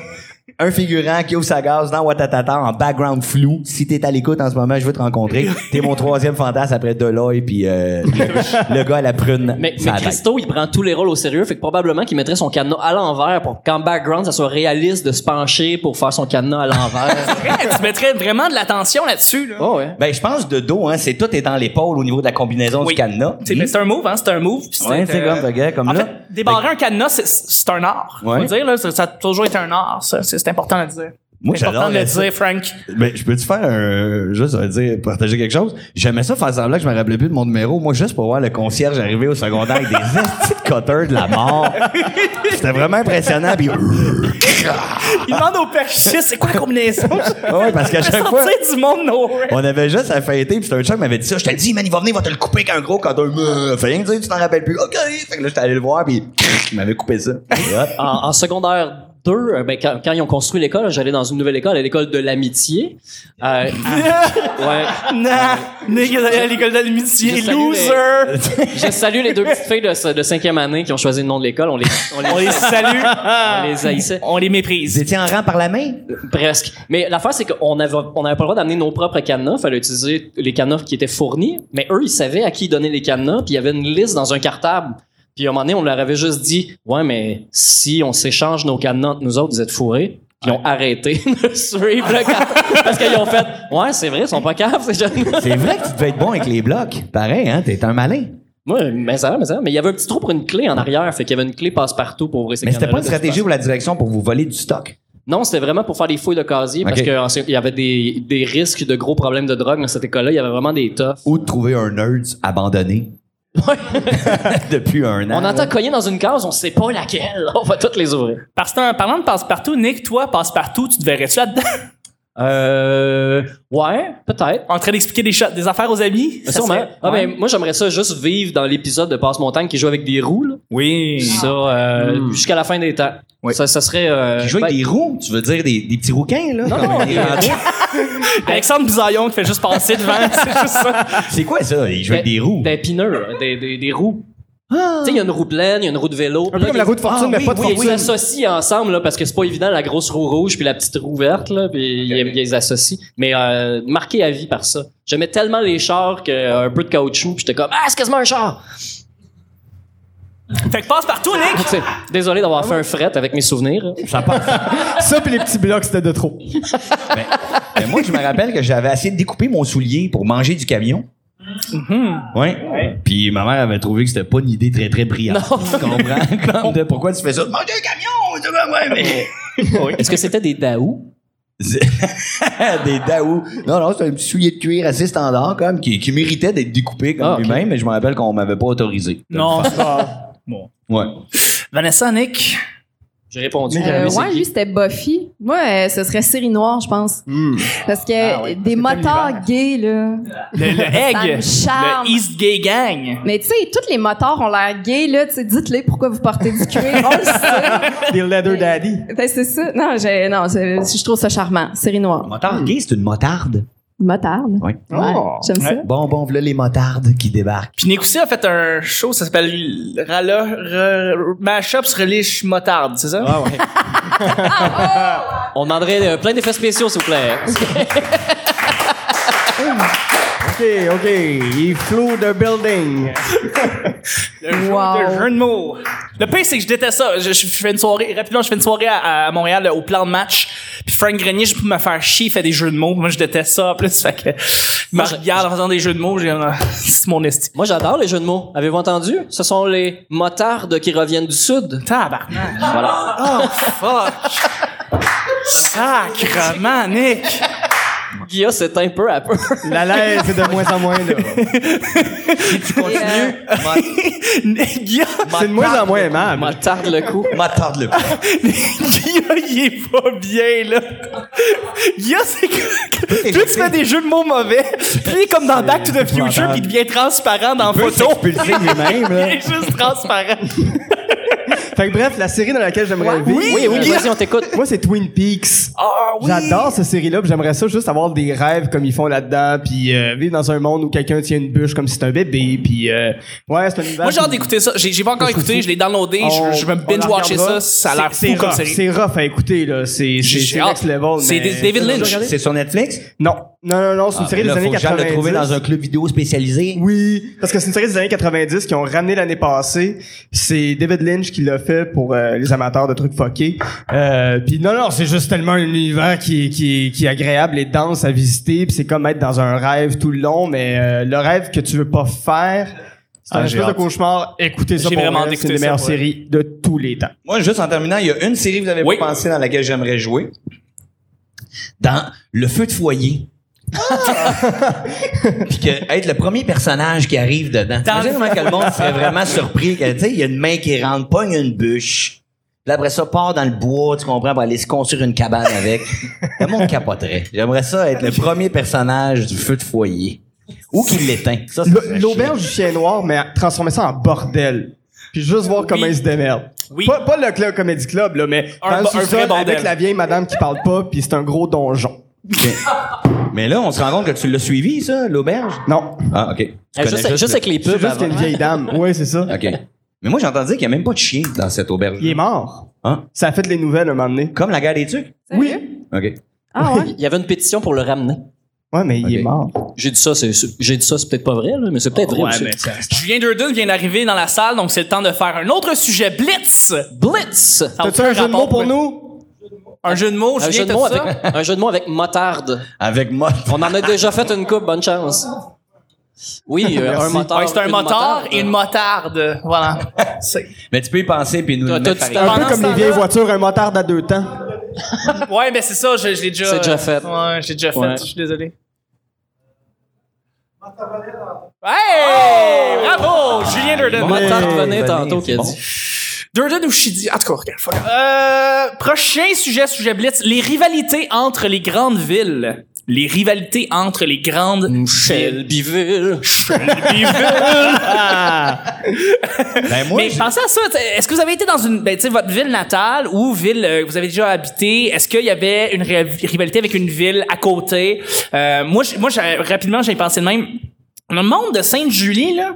Un figurant qui ouvre sa gaz dans Watatata en background flou. Si t'es à l'écoute en ce moment, je veux te rencontrer. T'es mon troisième fantasme après Deloy puis euh, le, le gars à la prune. Mais, Ça mais la tête. Christo, il prend tous les rôles au sérieux, fait que probablement qu'il mettrait son cadenas à l'envers pour qu'en background, ça soit réaliste de se pencher pour faire son cadenas à l'envers. Ouais, Eh, tu mettrais vraiment de l'attention là-dessus, là. oh, ouais. Ben, je pense de dos, hein, c'est tout est dans l'épaule au niveau de la combinaison Oui. du cadenas. C'est mais c'est un move, hein? C'est un move. puis Ouais, c'est comme, euh, regarde, comme en là. fait, débarrer un cadenas, c'est- c'est un art. Ouais. Faut dire, là, ça, ça a toujours été un art, ça. C'est c'est important à dire. Ben, Moi, C'est important j'adore de le ça. dire, Frank. Mais Ben, je peux-tu faire un, juste euh, dire, partager quelque chose? J'aimais ça faire semblant que je me rappelais plus de mon numéro. Moi, juste pour voir le concierge arriver au secondaire avec des estis de cutters de la mort. C'était vraiment impressionnant. Puis, Il demande au perchiste, c'est quoi la combinaison? Ah ouais, parce qu'à chaque fois, Sortir du monde nowhere. on avait juste à fêter. Puis c'était un chum qui m'avait dit ça. Je t'ai dit, man, il va venir, il va te le couper avec un gros cutter. Euh, Fait rien que dire, tu t'en rappelles plus. OK. Fait que là, j'étais allé le voir. Puis, il m'avait coupé ça. Et hop. en, en secondaire 2, euh, ben, quand, quand ils ont construit l'école, j'allais dans une nouvelle école, à l'école de l'amitié. Euh, ouais. Non, Nick est allé à l'école de l'amitié, Je salue loser! Je salue les deux petites filles de, ce- de cinquième année qui ont choisi le nom de l'école. On les, on les, On les salue, on Ah. les haïssait. on les méprise. Ils étaient en rang par la main? Presque. Mais l'affaire, c'est qu'on n'avait on avait pas le droit d'amener nos propres cadenas. fallait utiliser les cadenas qui étaient fournis. Mais eux, ils savaient à qui donner les cadenas. Puis il y avait une liste dans un cartable. Puis à un moment donné, on leur avait juste dit Ouais, mais si on s'échange nos cadenas entre nous autres, vous êtes fourrés. Puis ils ont arrêté de suivre le cartable. Parce qu'ils ont fait Ouais, c'est vrai, ils sont pas caves, ces jeunes C'est vrai que tu devais être bon avec les blocs. Pareil, hein? T'es un malin. Moi, mais ça, mais ça. Mais il y avait un petit trou pour une clé en arrière. Fait qu'il y avait une clé passe-partout pour ouvrir ces Mais c'était cadenas-là pas une de toute stratégie pour la direction pour vous voler du stock. Non, c'était vraiment pour faire des fouilles de casier Ok. parce qu'il y avait des, des risques de gros problèmes de drogue dans cette école-là. Il y avait vraiment des toughs. Ou de trouver un nerds abandonné. Depuis un an. On entend cogner dans une case, on sait pas laquelle. On va toutes les ouvrir. Parce que, parlant de passe-partout, Nick, toi, passe-partout, tu te verrais-tu là-dedans? Euh, ouais, peut-être. En train d'expliquer des, cho- des affaires aux amis? Ça Sûrement. serait- Ah, Ouais. ben, moi, j'aimerais ça juste vivre dans l'épisode de Passe-Montagne qui joue avec des roues, là. Oui. Ah. Ça, euh, jusqu'à la fin des temps. Oui. Ça, ça serait. euh, Hmm. Qui joue avec ben, des roues, tu veux dire des, des petits rouquins, là? comme des randonneurs. Alexandre Bisaillon qui fait juste passer devant, c'est juste ça. C'est quoi ça? Il joue avec des roues. Des pineux, Ben, des, des, des roues. Tu sais, il y a une roue pleine, il y a une roue de vélo. Un peu comme la roue de fortune, Ah, mais oui, pas de oui, Ils fortune. les associent ensemble là, parce que c'est pas évident la grosse roue rouge puis la petite roue verte là, puis ils- ils les associent. Mais euh, marqué à vie par ça. J'aimais tellement les chars que euh, un peu de caoutchouc, puis j'étais comme ah c'est quasiment un char. Fait que passe-partout, Nick! T'sais, Désolé d'avoir fait un fret avec mes souvenirs. Ça, puis les petits blocs, c'était de trop. Mais Ben, moi, je me rappelle que j'avais essayé de découper mon soulier pour manger du camion. Mm-hmm. Ouais. Puis ma mère avait trouvé que c'était pas une idée très très brillante. Non. Tu comprends? Comme de pourquoi tu fais ça? Manger un camion! Tu vois, Ouais, mais. Est-ce que c'était des daou? des daou. Non, non, c'était un petit soulier de cuir assez standard, comme, qui, qui méritait d'être découpé comme Ah, ok. lui-même, mais je me rappelle qu'on m'avait pas autorisé. Non. Ouais. Vanessa, Nick? J'ai répondu. Euh, Mais c'est ouais, qui? lui, c'était Buffy. Moi, euh, ce serait Série Noire, je pense. Hmm. Parce que des motards gays, là. Le, le Ça Egg? me charme. Le East Gay Gang? Mais tu sais, tous les motards ont l'air gays, là. Tu sais, dites-les pourquoi vous portez du cuir. On le sait. Des leather daddy. Ben, c'est ça. Non, j'ai- non c'est- je trouve ça charmant. Série Noire. Motarde gay, c'est une motarde. Motarde. Oui. Ouais, Oh, J'aime ça. Hein? Bon, bon, voilà les motardes qui débarquent. Puis Nick aussi a fait un show, ça s'appelle Rala, Re- Mashup sur les motardes, c'est ça? Ah, ouais. On demanderait euh, plein d'effets spéciaux s'il vous plaît. OK, OK. Il flow the building. Wow. Le jeu de mots. Le pire, c'est que je déteste ça. Je, je fais une soirée, rapidement, je fais une soirée à, à Montréal au plan de match. Puis Frank Grenier, je peux me faire chier, il fait des jeux de mots. Moi, je déteste ça. En plus, fait que, il me Moi, je- regarde en faisant des jeux de mots. J'ai, ah, c'est mon esti. Moi j'adore les jeux de mots. Avez-vous entendu? Ce sont les motards qui reviennent du sud. Tabarnak. Voilà. Oh, fuck. Sacrement, Nick. Guilla c'est un peu à peu. La laisse c'est de moins en moins, là. Et, euh, Guilla, C'est de moins en moins aimable. Motard le coup. Motarde le Guilla, il est pas bien, là. Guilla, c'est que... Plus tu fais des jeux de mots mauvais, puis il est comme dans Back to the Future, puis il devient transparent dans photo. s'expulser lui-même, là. Il est juste transparent. Fait que bref, la série dans laquelle j'aimerais Ouais, vivre. euh, oui, Oui, oui, Guilla. vas-y, on t'écoute. Eh, Moi, c'est Twin Peaks. Ah oui! J'adore cette série-là, puis j'aimerais ça juste avoir des rêves comme ils font là-dedans, puis euh, vivre dans un monde où quelqu'un tient une bûche comme si c'était un bébé, puis euh, ouais, c'est un univers. Moi, j'ai hâte d'écouter ça. J'ai j'ai pas encore écouté, je l'ai downloadé, je, je vais me binge-watcher ça. Ça a l'air fou C'est comme rough, série. c'est rough à écouter, là. C'est c'est- J'ai c'est hâte. next level. C'est mais- David Lynch. Déjà regardé? C'est sur Netflix? Non, non, non, non, c'est une série des Ah, ben Là, années faut que j'aille 90. le trouver dans un club vidéo spécialisé. Oui, parce que c'est une série des années 90 qui ont ramené l'année passée. C'est David Lynch qui l'a fait pour euh, les amateurs de trucs fuckés. Euh, puis non, non, c'est juste tellement un univers qui, est- qui, est- qui est agréable et dense à visiter. Puis c'est comme être dans un rêve tout le long, mais euh, le rêve que tu veux pas faire, c'est Ah, un j'ai espèce de hâte. cauchemar. Écoutez ça J'ai pour vraiment vrai, hâte C'est une d'écouter des ça meilleures pour vrai. séries de tous les temps. Moi, juste en terminant, il y a une série que vous avez Oui. pas pensé dans laquelle j'aimerais jouer. dans Le feu de foyer. Ah! Puis que être le premier personnage qui arrive dedans. Dans Imagine le- comment que le monde serait vraiment surpris que, tu sais, il y a une main qui rentre, pogne une bûche. Puis après ça, part dans le bois, tu comprends, pour aller se construire une cabane avec. Le monde capoterait. J'aimerais ça être le premier personnage du feu de foyer. Ou qu'il l'éteint. Ça, ça serait L- L'auberge du chien noir, mais transformer ça en bordel. Puis juste voir comment ils se démerdent. Oui. Pas, pas le club comédie club, là, mais Un bo- dans le un sous-sol vrai bordel. avec la vieille madame qui parle pas, puis c'est un gros donjon. Mais là, on se rend compte que tu l'as suivi, ça, l'auberge? Non, Ah, OK. Tu Ah, connais juste, juste avec les c'est pubs. juste avant. une vieille dame. Oui, c'est ça. le- OK. Mais moi, j'ai entendu dire qu'il n'y a même pas de chien dans cette auberge. Il est mort. Hein? Ça a fait les nouvelles un moment donné. Comme la guerre des tucs. Oui. OK. Ah ouais? Il y avait une pétition pour le ramener. Ouais, mais il est Ok. mort. J'ai dit ça, c'est, c'est- j'ai dit ça, c'est peut-être pas vrai, là, mais c'est peut-être vrai aussi. Julien Durden vient d'arriver dans la salle, donc c'est le temps de faire un autre sujet Blitz. Blitz! Ça T'as-tu vous fait un jeu de rapport mots pour pour- nous? Un jeu de mots, Un Julien, jeu, de t'as mots ça? avec, un jeu de mots avec motarde. Avec moi. On en a déjà fait une coupe, bonne chance. Oui, euh, un Merci. motard. Ouais, c'est un une motard motarde. et une motarde. Voilà. C'est- Mais tu peux y penser puis nous Toi, le toi, mettre tu pareil. Un Pendant ce peu comme les temps-là- vieilles voitures, un motard à deux temps. Ouais, ben c'est ça, je, je l'ai déjà. C'est déjà fait. Ouais, j'ai déjà fait, Ouais. je suis désolé. Hey! Bravo! Julien Durden. Motarde venait venez, tantôt qui a bon. dit. Euh, Durden ou Shidi? En tout cas, regarde, fuck. Euh, prochain sujet, sujet blitz. Les rivalités entre les grandes villes. Les rivalités entre les grandes villes. Shelbyville. Ben, moi, Mais j'ai- pensez à ça. t'sais, Est-ce que vous avez été dans une, ben, tu sais, votre ville natale ou ville euh, que vous avez déjà habité? Est-ce qu'il y avait une ri- rivalité avec une ville à côté? Euh, moi, j'ai- moi, j'ai- rapidement, j'ai pensé de même. Le monde de Sainte-Julie, là,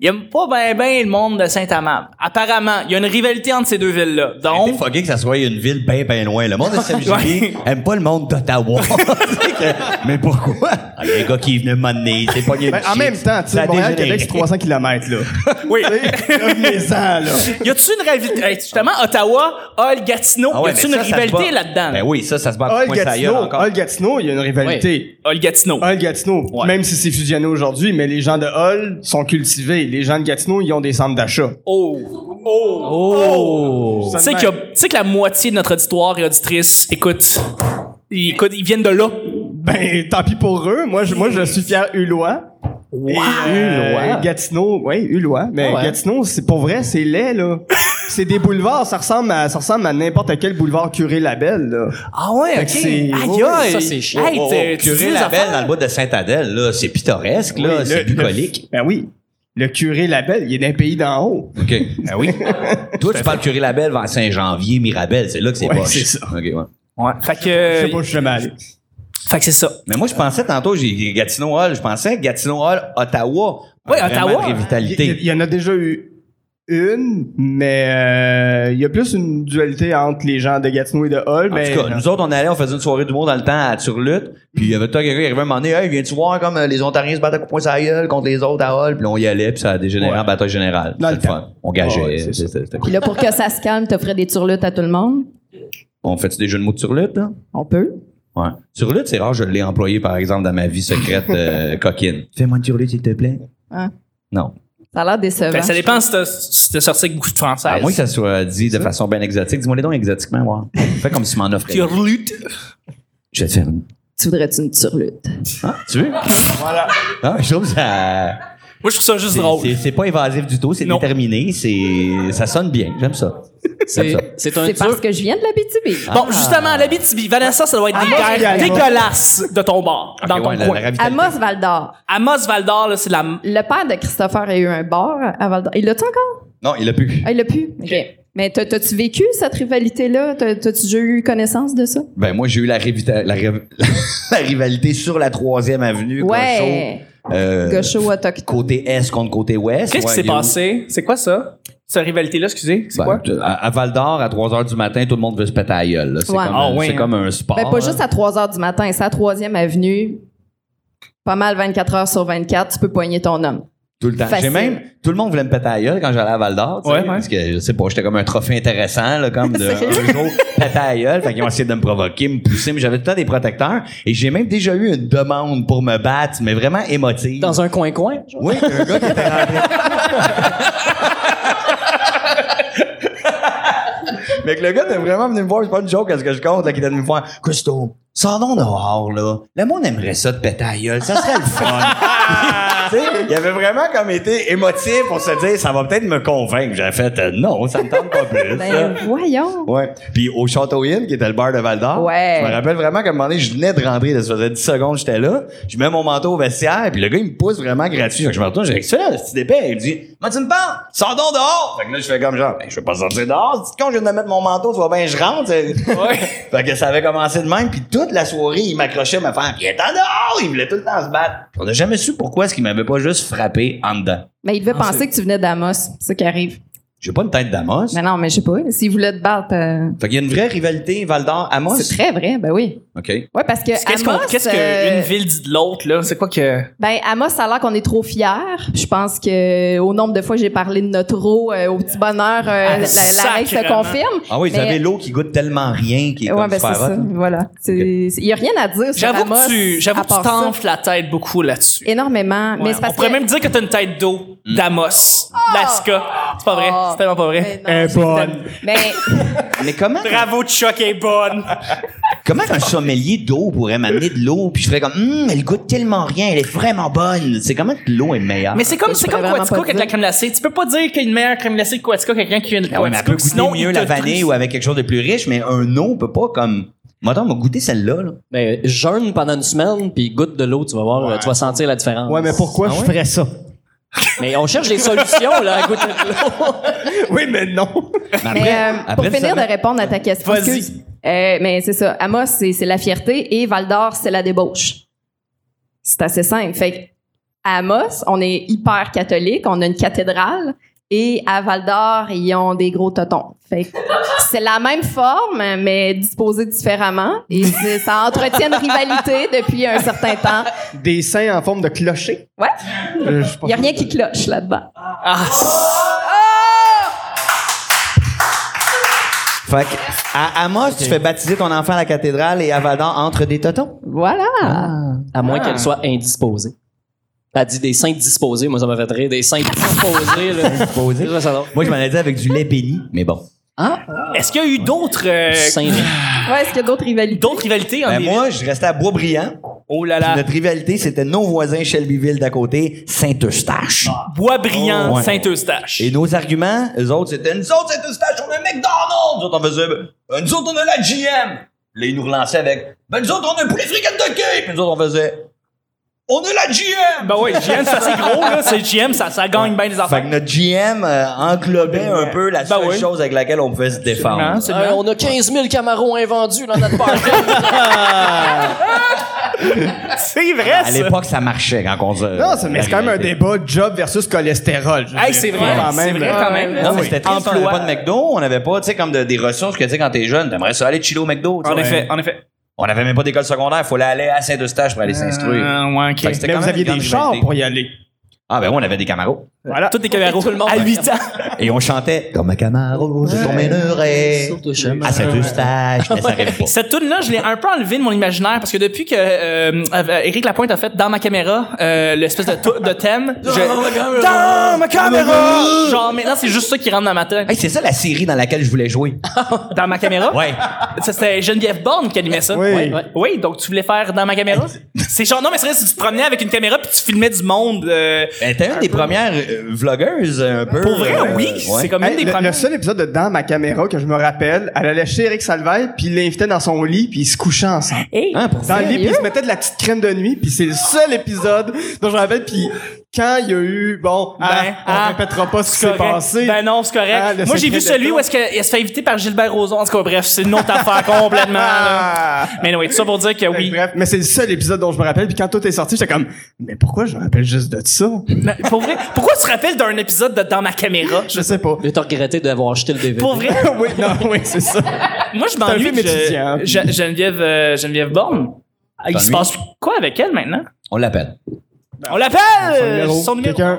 il aime pas ben ben le monde de Saint-Amand. Apparemment, il y a une rivalité entre ces deux villes-là. On Donc, fucké que ça soit une ville bien, bien loin. Le monde de Saint-Julie aime pas le monde d'Ottawa. C'est que- mais pourquoi? Ah, Il y a un gars qui est venu m'amener, c'est pas Ben, en même temps, tu sais, Montréal-Québec, c'est 300 km, là. oui. Revenez-en, là. Y a-tu une rivalité? hey, Justement, Ottawa, Hall, Gatineau. Ah y a-tu une rivalité là-dedans? Ben oui, ça, ça se bat à Hall point ça Ah, Gatineau, encore. Hall Gatineau, il y a une rivalité. Hall, Gatineau. Hall Gatineau, même si c'est fusionné aujourd'hui, mais les gens de Hall sont cultivés. Les gens de Gatineau, ils ont des centres d'achat. Oh! Oh! Tu sais qu'il y a- tu sais que la moitié de notre auditoire et auditrice écoute. Ils, écoutent- ils viennent de là. Ben, tant pis pour eux. Moi, je, moi, je suis fier Ulois. Et, euh, Ullois. Gatineau, oui, Ulois. Mais Ah ouais. Gatineau, c'est pour vrai, c'est laid, là. c'est des boulevards, ça ressemble à, ça ressemble à n'importe quel boulevard Curé-Labelle, là. Ah ouais, Fait que c'est- Oh, Aïe, aïe. ça, c'est chiant. Hey, t'es- tu dis Curé des Labelle affaires. dans le bout de Saint-Adèle, là, c'est pittoresque, là, Oui, c'est le- bucolique. le- ben oui. Le Curé-Labelle, il est d'un pays d'en haut. OK. Ah Ben oui. Toi, tu parles Curé Labelle vers Saint-Janvier, Mirabel, c'est là que c'est Ouais, poche. c'est ça. OK, ouais. Ouais. Fait Je sais que. pas, où je suis jamais allé. Fait que c'est ça. Mais moi, je pensais tantôt, j'ai Gatineau Hall, je pensais Gatineau Hall, Ottawa. Oui, a vraiment Ottawa. de Il y, rivalité. il y en a déjà eu une, mais euh, il y a plus une dualité entre les gens de Gatineau et de Hall. En mais, tout cas, nous autres, on allait, on faisait une soirée d'humour dans le temps à Turlutte, puis il y avait toi quelqu'un qui arrivait à un moment donné, hey, viens-tu voir comme euh, les Ontariens se battent à coups de poing sur la gueule contre les autres à Hall, puis là, on y allait, puis ça a dégénéré Ouais. en bataille générale. Dans C'était le le fun. On gageait. Ouais, c'est c'était- c'était cool. Puis là, pour que ça se calme, t'offrais des turlutes à tout le monde. On fait-tu des jeux de mots de Turlutte, là? On peut. Ouais. Turlutte, c'est rare, je l'ai employé, par exemple, dans ma vie secrète euh, coquine. Fais-moi une Turlutte, s'il te plaît. Hein? Non. Ça a l'air décevant. Ben, ça dépend si t'as si t'as sorti avec beaucoup de français. À moins que Ah, ça soit dit de façon bien exotique. Dis-moi les dons exotiquement, voir. Fais comme si tu m'en offrais. Turlute. Je vais te faire une. Tu voudrais-tu une turlute? Ah, tu veux? voilà. je trouve que ça. Moi, je trouve ça juste C'est- drôle. C'est, c'est pas évasif du tout, c'est Non. déterminé, c'est, ça sonne bien, j'aime ça. C'est, ça. c'est un C'est parce dur. que je viens de la BTB. Bon, justement, la BTB, Vanessa, ça doit Ah, être des moi, guerres j'y arrive. dégueulasses de ton bord, dans Ok, ton ouais, la- coin. la ravitalité. Amos Valdor. Amos Valdor, là, c'est la. Le père de Christopher a eu un bar à Valdor. Il l'a-tu encore? Non, il a pu. Ah, il l'a plus. OK. Mais t'as- t'as-tu vécu cette rivalité-là? T'as- T'as-tu déjà eu connaissance de ça? Ben, moi, j'ai eu la, rivita- la, riv- la rivalité sur la 3e avenue. Ouais. Gaucho, euh, Gaucho autochtone. côté Est contre côté Ouest. Qu'est-ce qui Ouais, s'est il y a eu- passé? C'est quoi ça? Cette rivalité-là, excusez? C'est Ben, quoi? t- à, à Val d'Or, à 3 h du matin, tout le monde veut se péter à la gueule. là. C'est, Ouais. comme, Ah un- ouais, c'est hein. comme un sport. Ben, pas là. juste à 3 heures du matin, c'est à 3e avenue. Pas mal 24 heures sur 24, tu peux poigner ton homme. Tout le temps. Facile. J'ai même, tout le monde voulait me péter à la gueule quand j'allais à Val d'Or. tu sais, Ouais, ouais. Parce que, je sais pas, j'étais comme un trophée intéressant, là, comme de, Sérieux? un jour, péter à la gueule. Fait qu'ils ont essayé de me provoquer, me pousser, mais j'avais tout le temps des protecteurs. Et j'ai même déjà eu une demande pour me battre, mais vraiment émotive. Dans un coin-coin. genre. Oui, un gars qui était rentré. Mais que le gars était vraiment venu me voir, c'est pas une joke à ce que je compte, là, qui était venu me voir. Costo, Sors donc dehors, là. Le monde aimerait ça de péter à la gueule. Ça serait le fun. Tu sais, il avait vraiment comme été émotif pour se dire, ça va peut-être me convaincre. J'avais fait, euh, non, ça me tente pas plus. Ben, voyons. Ouais. Puis au Château Inn, qui était le bar de Val d'Or, Ouais. je me rappelle vraiment qu'à un moment donné, je venais de rentrer, là, ça faisait 10 secondes, j'étais là, je mets mon manteau au vestiaire, puis le gars, il me pousse vraiment gratuit. Fait que je me retourne, j'ai dit, c'est là, c'est épais. Il me dit, moi, tu me parles, sors donc dehors. Fait que là, je fais comme genre, ben, je vais pas sortir dehors, c'est con, je viens de mettre mon manteau, tu vois bien, je rentre. fait que ça avait commencé de même, puis toute la soirée, il m'accrochait à me faire, viens en dehors, il voulait tout le temps se battre. On n'a jamais su pourquoi est-ce qu'il m'avait pas juste frappé en dedans. Mais Ben, il devait penser que tu venais d'Amos, c'est ça qui arrive. J'ai pas une tête d'Amos. Mais non, mais je sais pas. S'il voulait te battre, euh, Fait qu'il y a une vraie rivalité Val d'Or-Amos. c'est très vrai, ben oui. OK. Ouais, parce que Qu'est-ce Amos, qu'on- qu'est-ce qu'une euh, ville dit de l'autre, là? C'est quoi que. Ben, Amos, ça a l'air qu'on est trop fiers. Je pense que au nombre de fois que j'ai parlé de notre eau euh, au petit bonheur, euh, la, la règle se Ah, sacrément. confirme. Ah oui, ils Mais- avaient l'eau qui goûte tellement rien qui est Ouais, comme ben c'est super ça. hot. Voilà. C'est- c'est- Il y a rien à dire sur J'avoue Amos, que tu, j'avoue à que tu part ça. t'enfles la tête beaucoup là-dessus. Énormément. Ouais, mais c'est on parce pourrait que... même dire que Ah! t'as une tête d'eau Hmm. d'Amos, d'Alaska. C'est pas vrai, Oh. c'est tellement pas vrai. Mais non, Eh, je vous bonne. donne- Mais Mais comment, Bravo, Chuck est bonne. comment un sommelier d'eau pourrait m'amener de l'eau puis je ferais comme Hum, elle goûte tellement rien, elle est vraiment bonne. C'est comment que l'eau est meilleure Mais c'est comme, je c'est pourrais comme vraiment Quatico pas avec la dire. crème glacée. Tu peux pas dire qu'il y a une meilleure crème glacée que Quatico que quelqu'un qui a une Ah ouais, mais elle peut goûter mieux la vanille ou avec quelque chose de plus riche, mais un eau peut pas comme Moi, on m'a goûté celle-là. là. Ben, jeûne pendant une semaine, puis goûte de l'eau, tu vas voir, euh, tu vas sentir la différence. Ouais, mais pourquoi Ah je ferais ça? Mais on cherche des solutions, là, à goûter de l'eau. Oui, mais non. Mais après, Mais euh, après, pour tu finir de savais- répondre à ta question, Vas-y. excuse. Euh, mais c'est ça. Amos, c'est c'est la fierté et Val d'Or, c'est la débauche. C'est assez simple. Fait que, à Amos, on est hyper catholique, on a une cathédrale. Et à Val d'Or, ils ont des gros totons. Fait que c'est la même forme, mais disposée différemment. Et c'est- ça entretient une rivalité depuis un certain temps. Des seins en forme de clocher. Ouais. Euh, je pense- Il n'y a rien qui cloche là-dedans. Fait que, à Amos, tu fais baptiser ton enfant à la cathédrale et à Valdan entre des totons. Voilà. À moins Ah. qu'elle soit indisposée. Elle dit des seins disposés, moi ça m'a fait rire, des seins disposés. là. Disposés. Ça, ça va. Moi, je m'en ai dit avec du lait béni, mais bon. Est-ce qu'il y a eu d'autres, euh, Du sein. Ouais, est-ce qu'il y a d'autres rivalités? d'autres rivalités en Ben, des- moi, je restais à Boisbriand. Oh là Puis là. Notre rivalité, c'était nos voisins Shelbyville d'à côté, Saint-Eustache. Bois brillant, Oh, ouais. Saint-Eustache. Et nos arguments, eux autres, c'était Nous autres, Saint-Eustache, on est McDonald's! Nous autres, on faisait Ben, Nous autres, on a la GM! Là, ils nous relançaient avec Ben, nous autres, on a poulet fricasse de cake! Puis nous autres, on faisait On a la GM! Ben ouais, GM, ça c'est gros, là. C'est GM, ça, ça gagne bien les Fait affaires. que notre GM euh, englobait un peu la seule Ben oui. chose avec laquelle on pouvait se défendre. c'est Euh, on a 15 000 camarons invendus dans notre parking. C'est vrai, À ça. l'époque, ça marchait quand on se. Non, c'est- mais c'est quand même un rivalité. débat job versus cholestérol. je veux Hey, dire. c'est vrai, Quand c'est même, vrai là. quand même. Non, mais c'était triste, on n'avait Emploi. pas de McDo, on n'avait pas, tu sais, comme de- des ressources que, tu sais, quand t'es jeune, t'aimerais ça aller chiller au McDo. tu En sais. effet, en effet. On n'avait même pas d'école secondaire, il fallait aller à Saint-Eustache pour aller s'instruire. Euh, ouais, ok. Fait que c'était Mais quand vous même aviez une grande des chars rivalité. pour y aller. Ah ben oui, on avait des camaros. Voilà. Toutes des caméras Tout le monde. à 8 ans. Et on chantait Comme un camaro, je t'emmènerai à Saint-Eustache, mais ça arrive pas. Cette tune là je l'ai un peu enlevée de mon imaginaire parce que depuis que euh, euh, Éric Lapointe a fait dans ma caméra euh, l'espèce de, tou- de thème, je... dans ma caméra, genre maintenant c'est juste ça qui rentre dans ma tête. Hey, c'est ça la série dans laquelle je voulais jouer. Ah Dans ma caméra, Ouais. Ça, c'était Geneviève Borne qui animait ça. Oui. Ouais, ouais. Oui, donc tu voulais faire dans ma caméra. c'est genre non mais c'est vrai, si tu te promenais avec une caméra puis tu filmais du monde. euh, Ben, T'es une des premières euh, vlogueuses euh, un peu. pour vrai, euh, oui, ouais. c'est comme Hey, une des le, le premières. seul épisode de Dans ma caméra que je me rappelle, elle allait chez Eric Salvay, puis il l'invitait dans son lit, puis ils se couchaient ensemble. Hein, pour Dans vrai? le lit, puis ils se mettaient de la petite crème de nuit, puis c'est le seul épisode dont je me rappelle. Puis quand il y a eu, bon, hein, on ah, répétera pas ce qui C'est s'est correct. passé. Ben non, c'est correct. Ah, le Moi, j'ai vu secret de celui tout. où est-ce qu'elle se fait inviter par Gilbert Rozon. En tout cas, bref, c'est une autre affaire complètement. Ah! là. Mais oui, tout ça pour dire que oui. Ben, Bref, mais c'est le seul épisode dont je me rappelle. Puis quand tout est sorti, j'étais comme, mais pourquoi je me rappelle juste de ça? Mais Pour vrai, pourquoi tu te rappelles d'un épisode de Dans ma caméra? Je sais pas. Je vais te regretter d'avoir acheté le DVD. Pour vrai, oui, non, oui, c'est ça. moi, je un m'ennuie film de étudiant. Je- Je- Geneviève, euh, Geneviève Borne. Ah, Il se T'ennuies? passe quoi avec elle maintenant? On l'appelle. On l'appelle! Ben, Son euh, numéro, Son numéro. Quelqu'un.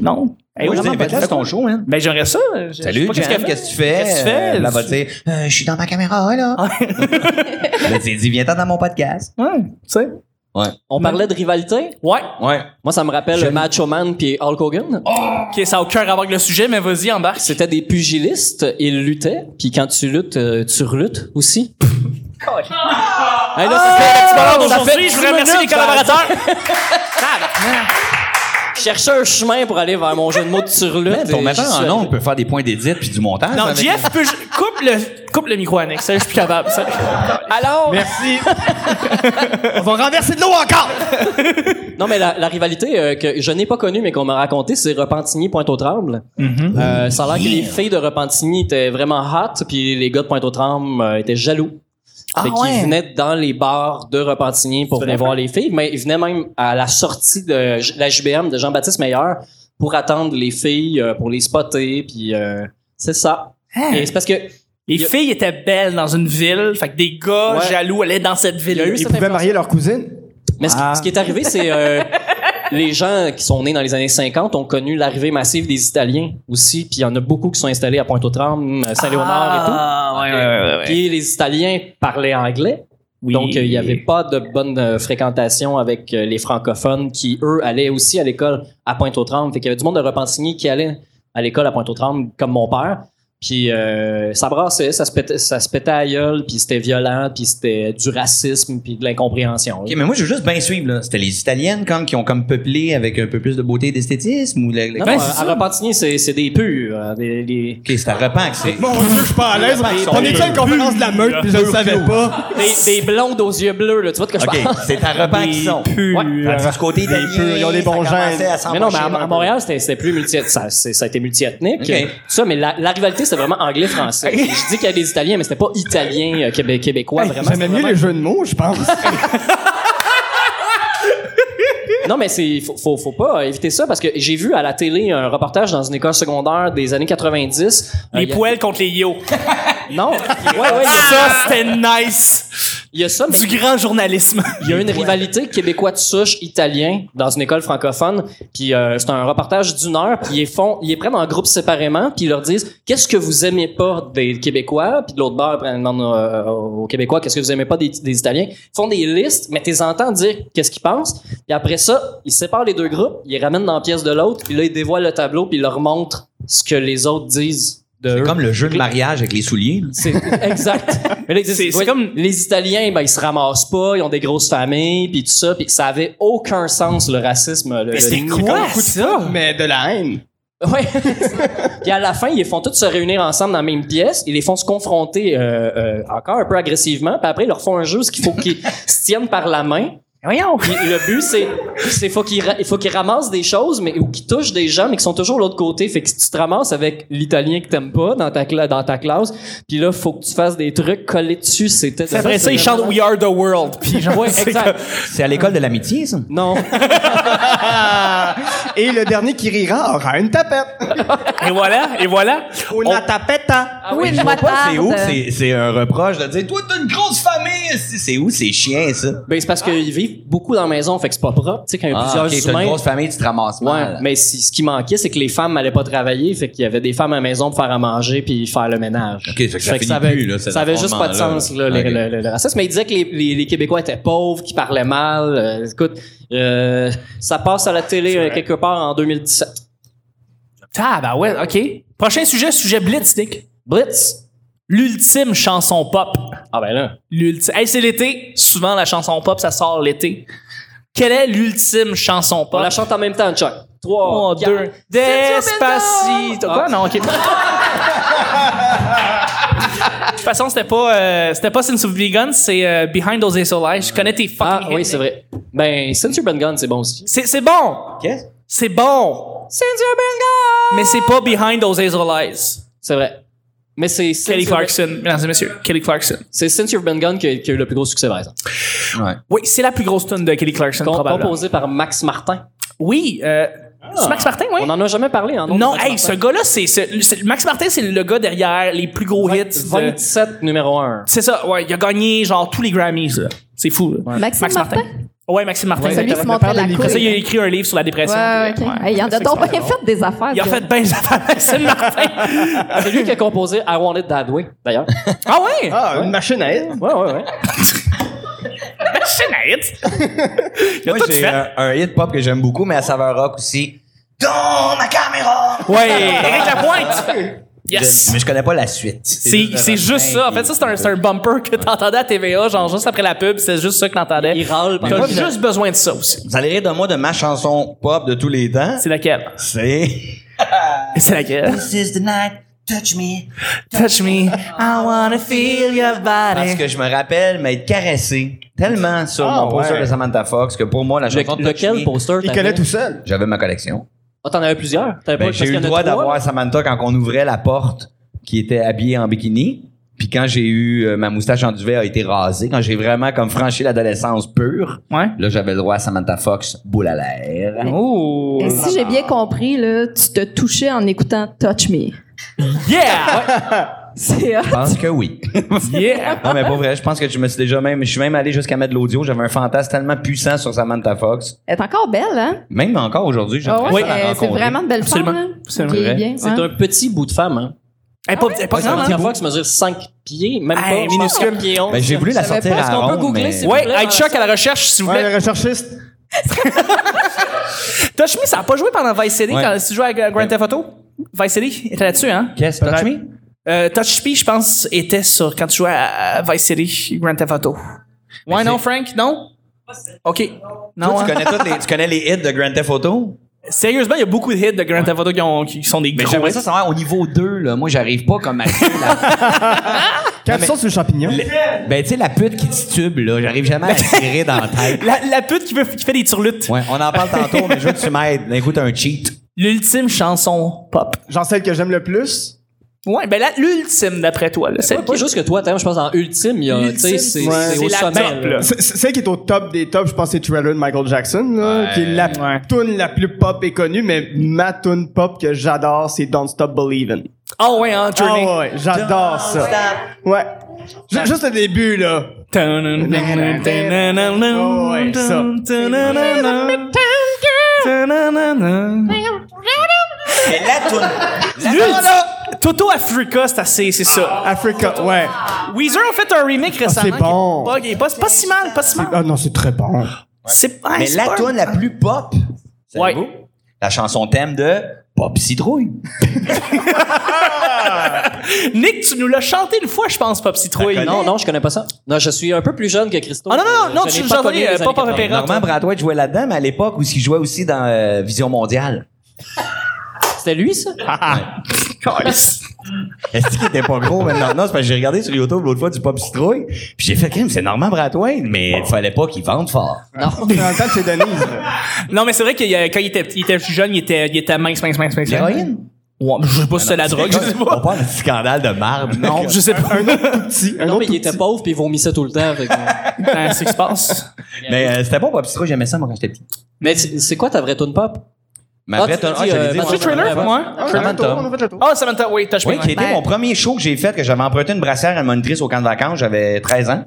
Non. Eh, Moi, je vraiment dis, pas faites-la, dit. c'est ton show, hein. Ben, j'aimerais ça. Je- je sais Salut, pas Jen, qu'est-ce que tu fais? Qu'est-ce que tu fais? Ah Euh, Là, va dire, Euh, je suis dans ma caméra, là. Là, tu dis, viens-t'en dans mon podcast. Ouais, tu sais. Ouais. On parlait de rivalité. Ouais. Ouais. Moi, ça me rappelle J'aime- Macho Man puis Hulk Hogan. Ok, ça n'a aucun rapport avec le sujet, mais vas-y, embarque. C'était des pugilistes. Ils luttaient. Puis quand tu luttes, euh, tu reluttes aussi. Ah! Hey, là, ça fait Alors, ça fait Aujourd'hui, dix je voudrais remercier les minutes, collaborateurs. Je cherchais un chemin pour aller vers mon jeu de mots de turlute. Pour et mettre j'y suis un allé. nom, on peut faire des points d'édite puis du montage. Non, avec- Jeff, peux- je- coupe le, coupe le micro annexe. Je suis plus capable. ça. Alors, Merci. On va renverser de l'eau encore. non, mais la, la rivalité euh, que je n'ai pas connue, mais qu'on m'a racontée, c'est Repentigny-Pointe-aux-Trembles. Mm-hmm. Euh, ça a l'air que les filles de Repentigny étaient vraiment hot, puis les gars de Pointe-aux-Trembles euh, étaient jaloux. fait qu'ils venaient dans les bars de Repentigny pour venir voir les filles, mais ils venaient même à la sortie de J- la JBM de Jean-Baptiste Meyer pour attendre les filles, euh, pour les spotter, puis euh, c'est ça. Et c'est parce que Les Y a- filles étaient belles dans une ville. Fait que des gars Ouais. jaloux allaient dans cette il y a eu ville. Ils cette pouvaient influence- marier leur cousine. Mais ce, qui- Ah. ce qui est arrivé, c'est euh, les gens qui sont nés dans les années 50 ont connu l'arrivée massive des Italiens aussi, puis il y en a beaucoup qui sont installés à Pointe-aux-Trembles, euh, Saint-Léonard Ah, ouais, et tout. ouais, ouais, ouais. Puis les Italiens parlaient anglais, Oui. donc euh, il n'y avait pas de bonne euh, fréquentation avec euh, les francophones qui, eux, allaient aussi à l'école à Pointe-aux-Trembles. Fait qu'il y avait du monde de Repentigny qui allait à l'école à Pointe-aux-Trembles, comme mon père. Puis euh, ça brassait, ça se pétait, ça se pétait à la gueule, puis c'était violent, puis c'était du racisme, puis de l'incompréhension. Ok, mais moi, je veux juste bien suivre. là. C'était les Italiennes comme qui ont comme peuplé avec un peu plus de beauté et d'esthétisme ou le- le- Non, Ben, non, c'est ça. à Repentigny, c'est c'est des purs. hein, des- des- Ok, c'est à repent que c'est. Mon Dieu, je suis pas à l'aise. On est à une conférence de la meute, puis je ne savais pas. Bah, des, des blondes aux yeux bleus, là, tu vois de quoi je Ok, parle. c'est à repent qu'ils sont. purs. euh, Tandis que du côté italien, purs, ils ont des bons ça commençait gènes. à s'embaucher Mais non, mais à, un à peu. Montréal, c'était c'était plus multi ça, c'est- ça a été multiethnique. Ok. euh, tout Ça, mais la, la rivalité, c'était vraiment anglais-français. Je dis qu'il y a des Italiens, mais c'était pas italien euh, québé- québécois, vraiment. J'aimais c'était mieux vraiment- les jeux de mots, je pense. Non, mais c'est faut, faut, faut pas euh, éviter ça parce que j'ai vu à la télé un reportage dans une école secondaire des années 90. euh, Les il y a- poêles contre les yo. Non. Ouais, Ah ouais, il y a Ça, ça. c'était nice. Il y a ça, mais Du grand journalisme. Il y a une rivalité québécois de souche italien dans une école francophone. Puis euh, c'est un reportage d'une heure. Puis ils les font, ils les prennent en groupe séparément. Puis ils leur disent qu'est-ce que vous aimez pas des Québécois. Puis de l'autre bord, ils prennent- demandent euh, aux Québécois qu'est-ce que vous aimez pas des, des Italiens. Ils font des listes, mais t'es entends dire qu'est-ce qu'ils pensent. Puis après ça, ils séparent les deux groupes, ils les ramènent dans la pièce de l'autre. Puis là, ils dévoilent le tableau. Puis ils leur montrent ce que les autres disent de C'est eux. comme le jeu de mariage avec les souliers. là. C'est exact. Mais là, ils disent, C'est- c'est ouais, comme- les Italiens, ben ils se ramassent pas, ils ont des grosses familles, puis tout ça, puis ça avait aucun sens le racisme. Le, le- C'était quoi, ça? Mais de la haine. Ouais. puis à la fin, ils les font tous se réunir ensemble dans la même pièce, ils les font se confronter euh, euh, encore un peu agressivement, puis après ils leur font un jeu, ce qu'il faut qu'ils se tiennent par la main. Voyons. Puis le but, c'est c'est faut qu'ils ra- il faut qu'ils ramassent des choses mais ou qu'ils touchent des gens mais qui sont toujours de l'autre côté. Fait que si tu te ramasses avec l'italien que t'aimes pas dans ta cla- dans ta classe, puis là faut que tu fasses des trucs collés dessus, c'était C'est Après ça, ils chantent We Are the World. Puis genre, Ouais, c'est exact. comme- C'est à l'école de l'amitié, ça. Non. Euh, Et le dernier qui rira aura une tapette. Et voilà, et voilà. Una tapeta. oui, Oh. Ah Je une vois pas, C'est où? moutarde. C'est- C'est un reproche de dire Toi, t'as une grosse famille! C'est c'est où? C'est chiant, ça. ben c'est parce qu'ils vivent beaucoup dans la maison, fait que c'est pas propre, tu sais quand il y a Ah, plusieurs ok, t'as humains. une grosse famille, tu te ramasses Ouais, mal. mais si- ce qui manquait, c'est que les femmes n'allaient pas travailler, fait qu'il y avait des femmes à la maison pour faire à manger puis faire le ménage. Ok, fait que ça finit avait, plus, là, cet ça avait juste pas de affrontement-là. sens, là, le- Ok. le, le- le racisme. Mais il disait que les, les- les Québécois étaient pauvres, qu'ils parlaient mal. Euh, écoute, euh, ça passe à la télé euh, quelque part en 2017. Ah, bah ouais, OK. Prochain sujet, sujet Blitz, Nick. Blitz? L'ultime chanson pop. Ah ben là. L'ultime. Hey, c'est l'été. Souvent, la chanson pop, ça sort l'été. Quelle est l'ultime chanson On pop? la chante en même temps, Chuck. 3, Oh, 2, deux. Despacito. Ah, Quoi? Non, OK. De toute façon, c'était pas, euh, c'était pas Since We've Begun, c'est euh, Behind Those Hazel Eyes. Je connais tes fucking Ah oui, hits. c'est vrai. Ben, Since Urban Gun, c'est bon aussi. C'est c'est bon. Qu'est-ce? C'est bon. Since Urban Gun! Mais c'est pas Behind Those Hazel Eyes. C'est vrai. Mais c'est Since Kelly Urban- Clarkson, mesdames et messieurs. Kelly Clarkson. C'est Since Urban Gun qui a, qui a eu le plus gros succès, par exemple. Oui, c'est la plus grosse tune de Kelly Clarkson, Com- probablement. Composé par Max Martin. Oui. Euh, Ah. c'est Max Martin, oui. On en a jamais parlé, hein? Non, de Max hey, Martin. ce gars-là, c'est, c'est- c'est- Max Martin, c'est le gars derrière les plus gros hits. de- 27 numéro 1. C'est ça, ouais, il a gagné genre tous les Grammys. là. C'est fou. là. Maxime Martin? Ouais, Maxime Martin. Celui qui se montrait la couille. Après ça, il a écrit un livre sur la dépression. Ouais, ok. puis, ouais. Hey, il y en a donc bien fait des affaires. Il a Bill. fait ben des affaires, Maxime Martin. Ah, C'est lui qui a composé I Want It That Way, d'ailleurs. ah ouais? Ah, une machine à elle. Ouais, ouais, ouais. Ben, c'est un hit. Il a Moi, tout j'ai fait. un, un hit pop que j'aime beaucoup, mais à saveur rock aussi. Dans ma caméra! Ah. Ouais, Éric Lapointe. Yes! Je- mais je connais pas la suite. C'est c'est juste ça. En fait, ça, c'est un, c'est un bumper que t'entendais à TVA, genre juste après la pub, c'est juste ça que t'entendais. Il râle pendant T'as que- juste besoin de ça aussi. Vous allez rire de moi de ma chanson pop de tous les temps. C'est laquelle? C'est. C'est laquelle? This is the night, touch me. Touch me, I wanna feel your Parce body. que je me rappelle m'être caressé tellement sur Ah, mon poster ouais. de Samantha Fox que pour moi, la chanson Le- Touch lequel Me, poster Il t'avais? connaît tout seul. J'avais ma collection. Ah, t'en avais plusieurs? T'avais Ben, pas- j'ai parce eu qu'il y le en a droit trois, d'avoir là. Samantha quand on ouvrait la porte qui était habillée en bikini. Puis quand j'ai eu euh, ma moustache en duvet a été rasée, quand j'ai vraiment comme franchi l'adolescence pure, Ouais. là j'avais le droit à Samantha Fox boule à l'air. Oh! Et si j'ai bien compris, là, tu te touchais en écoutant Touch Me. Yeah! C'est euh, Je pense que oui. Yeah! non mais pas vrai, je pense que je me suis déjà même je suis même allé jusqu'à mettre de l'audio, j'avais un fantasme tellement puissant sur Samantha Fox. Elle est encore belle, hein? Même encore aujourd'hui, j'aimerais Ah ouais, ça la elle- c'est rencontrer. vraiment de belles femmes. Absolument. là. Absolument. Vieillit Vrai. hein? bien, C'est ouais. un petit bout de femme, Ah, hein? Hey, pas, pas Parce que grande, hein? Samantha Fox mesure 5 pieds, même Ah, pas. elle est minuscule. pieds Ben, j'ai voulu la Je savais sortir pas, est-ce à qu'on peut ronde, googler, mais- s'il vous Ouais, plaît, I choc à la recherche, s'il vous Ouais, plaît. le recherchiste. Touch Me, ça a pas joué pendant Vice City Ouais. quand tu jouais à Grand Theft Auto? Vice City était là-dessus, hein? Qu'est-ce Touch Me Euh, Touch Me, je pense, était sur quand tu jouais à à Vice City, Grand Theft Auto. Ouais, non, Frank? Non? OK. Non, Toi, hein? tu connais toutes les tu connais les hits de Grand Theft Auto Sérieusement, il y a beaucoup de hits de Grand Theft Auto qui, ont- qui sont des Mais gros j'aimerais hits. ça savoir au niveau 2 là, moi j'arrive pas comme Mathieu là. Quand tu sautes sur le champignon. Le- ben, tu sais, la pute qui titube, là, j'arrive jamais à la tirer dans la tête. La, la pute qui, veut, qui fait des turlutes. Ouais, on en parle tantôt, mais je veux que tu m'aides. D'un coup, t'as un cheat. L'ultime chanson pop. Genre celle que j'aime le plus. Ouais, ben là, l'ultime d'après toi. Là, celle C'est pas qui- juste que toi, t'aimes, je pense, en ultime, il y a, tu L'ultime, sais, c'est ouais. c'est C'est au la sommet, top, là. là. C'est- c'est- Celle qui est au top des tops, je pense, c'est Thriller de Michael Jackson, là, qui est la tune la plus pop et connue, mais ma tune pop que j'adore, c'est Don't Stop Believin'. Ah ouais, hein, Ah Journey. ouais, j'adore ça. Ouais. Ju- Juste le début, là. Oh ouais, ça. Mais la toune. Toto Africa, c'est assez, c'est ça. Africa, ouais. Weezer a fait un remake récemment. c'est bon. qui est pas, qui est pas, pas si mal, pas si mal. Ah non, c'est très bon. C'est ah, Mais c'est la pas- toune la plus pop. Ouais. savez-vous? La chanson thème de Pop Citrouille. Nick, tu nous l'as chanté une fois, je pense, Pop Citrouille. Non, non, je connais pas ça. Non, je suis un peu plus jeune que Christo. Ah non, non, non, Je non, n'ai tu pas nous as connu envoyé, les euh, années Pop 80. Opéra. Normand Bratois jouait là-dedans, mais à l'époque, où il jouait aussi dans euh, Vision Mondiale. C'était lui, ça? Ah, Est-ce qu'il était pas gros maintenant? Non, c'est parce que j'ai regardé sur YouTube l'autre fois du Pop Citrouille. Puis j'ai fait, crime, c'est Normand Bratois, mais il fallait pas qu'il vende fort. Non. Dans le temps, c'est Denise. là. Non, mais c'est vrai que quand il était, il était plus jeune, il était, il était mince, mince, mince, mince. L'héroïne? Ouais, je sais pas si c'est la drogue, je sais On pas. parle d'un scandale de marbre. Non, je sais pas. Petit, un Non, autre mais il tout était petit. pauvre puis il vomissait tout le temps. fait que- Hein, C'est ce qui se passe. Mais euh, c'était bon, Pop Citrouille, j'aimais ça, moi, quand j'étais petit. Mais c'est c'est quoi ta vraie tune pop? Mais Ah, après, tu t'as- dis, ah, j'allais euh, dire- Mathieu Trailer, Trailer, Ben, moi. Ah, on a fait le tour, on a fait le tour. Ah, Samantha, oui, touch me. Oui, qui était Ouais. mon premier show que j'ai fait, que j'avais emprunté une brassière à une monitrice au camp de vacances. J'avais 13 ans.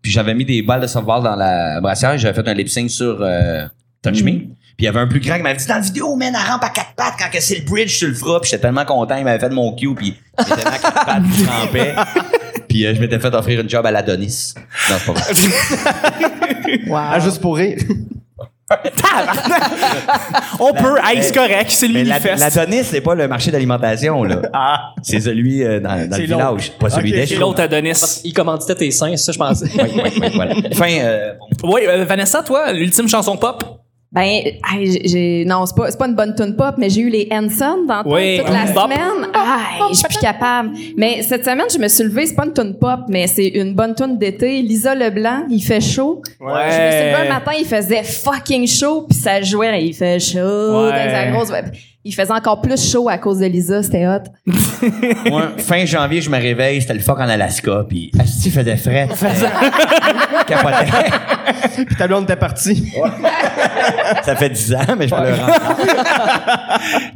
Puis j'avais mis des balles de softball dans la brassière et j'avais fait un lip sync sur euh, Touch Mm. Me. Puis il y avait un plus grand qui m'avait dit dans la vidéo, man, elle rampe à quatre pattes quand que c'est le bridge, tu le feras. Puis j'étais tellement content, il m'avait fait mon cue, puis j'étais à quatre pattes, puis je rampais. Puis euh, je m'étais fait offrir une job à l'Adonis. Non, c'est pas vrai. Ah, juste pour rire. On peut, hey, c'est correct, c'est Mais la- l'unifest. l'Adonis, c'est pas le marché d'alimentation, là. C'est celui euh, dans, dans le C'est l'autre. village, pas celui Ok, des C'est l'autre Adonis. Il commanditait tes seins, c'est ça, je pensais. Oui, oui, oui, voilà. Enfin, euh, bon, Oui, euh, Vanessa, toi, l'ultime chanson pop. Ben, hey, j'ai- j'ai- non, c'est pas, c'est pas une bonne tune pop, mais j'ai eu les Hanson dans Oui, toute la un bop. semaine. Aïe, je suis plus capable. Mais cette semaine, je me suis levée, c'est pas une tune pop, mais c'est une bonne tune d'été. Lisa Leblanc, il fait chaud. Je me suis levée un matin, il faisait fucking chaud, puis ça jouait, là, il fait chaud dans sa grosse... Il faisait encore plus chaud à cause de Lisa, c'était hot. Moi, fin janvier, je me réveille, c'était le fuck en Alaska, puis Asti faisait frais. Capotait. Puis ta blonde était partie. Ça fait 10 ans, mais je pleure encore.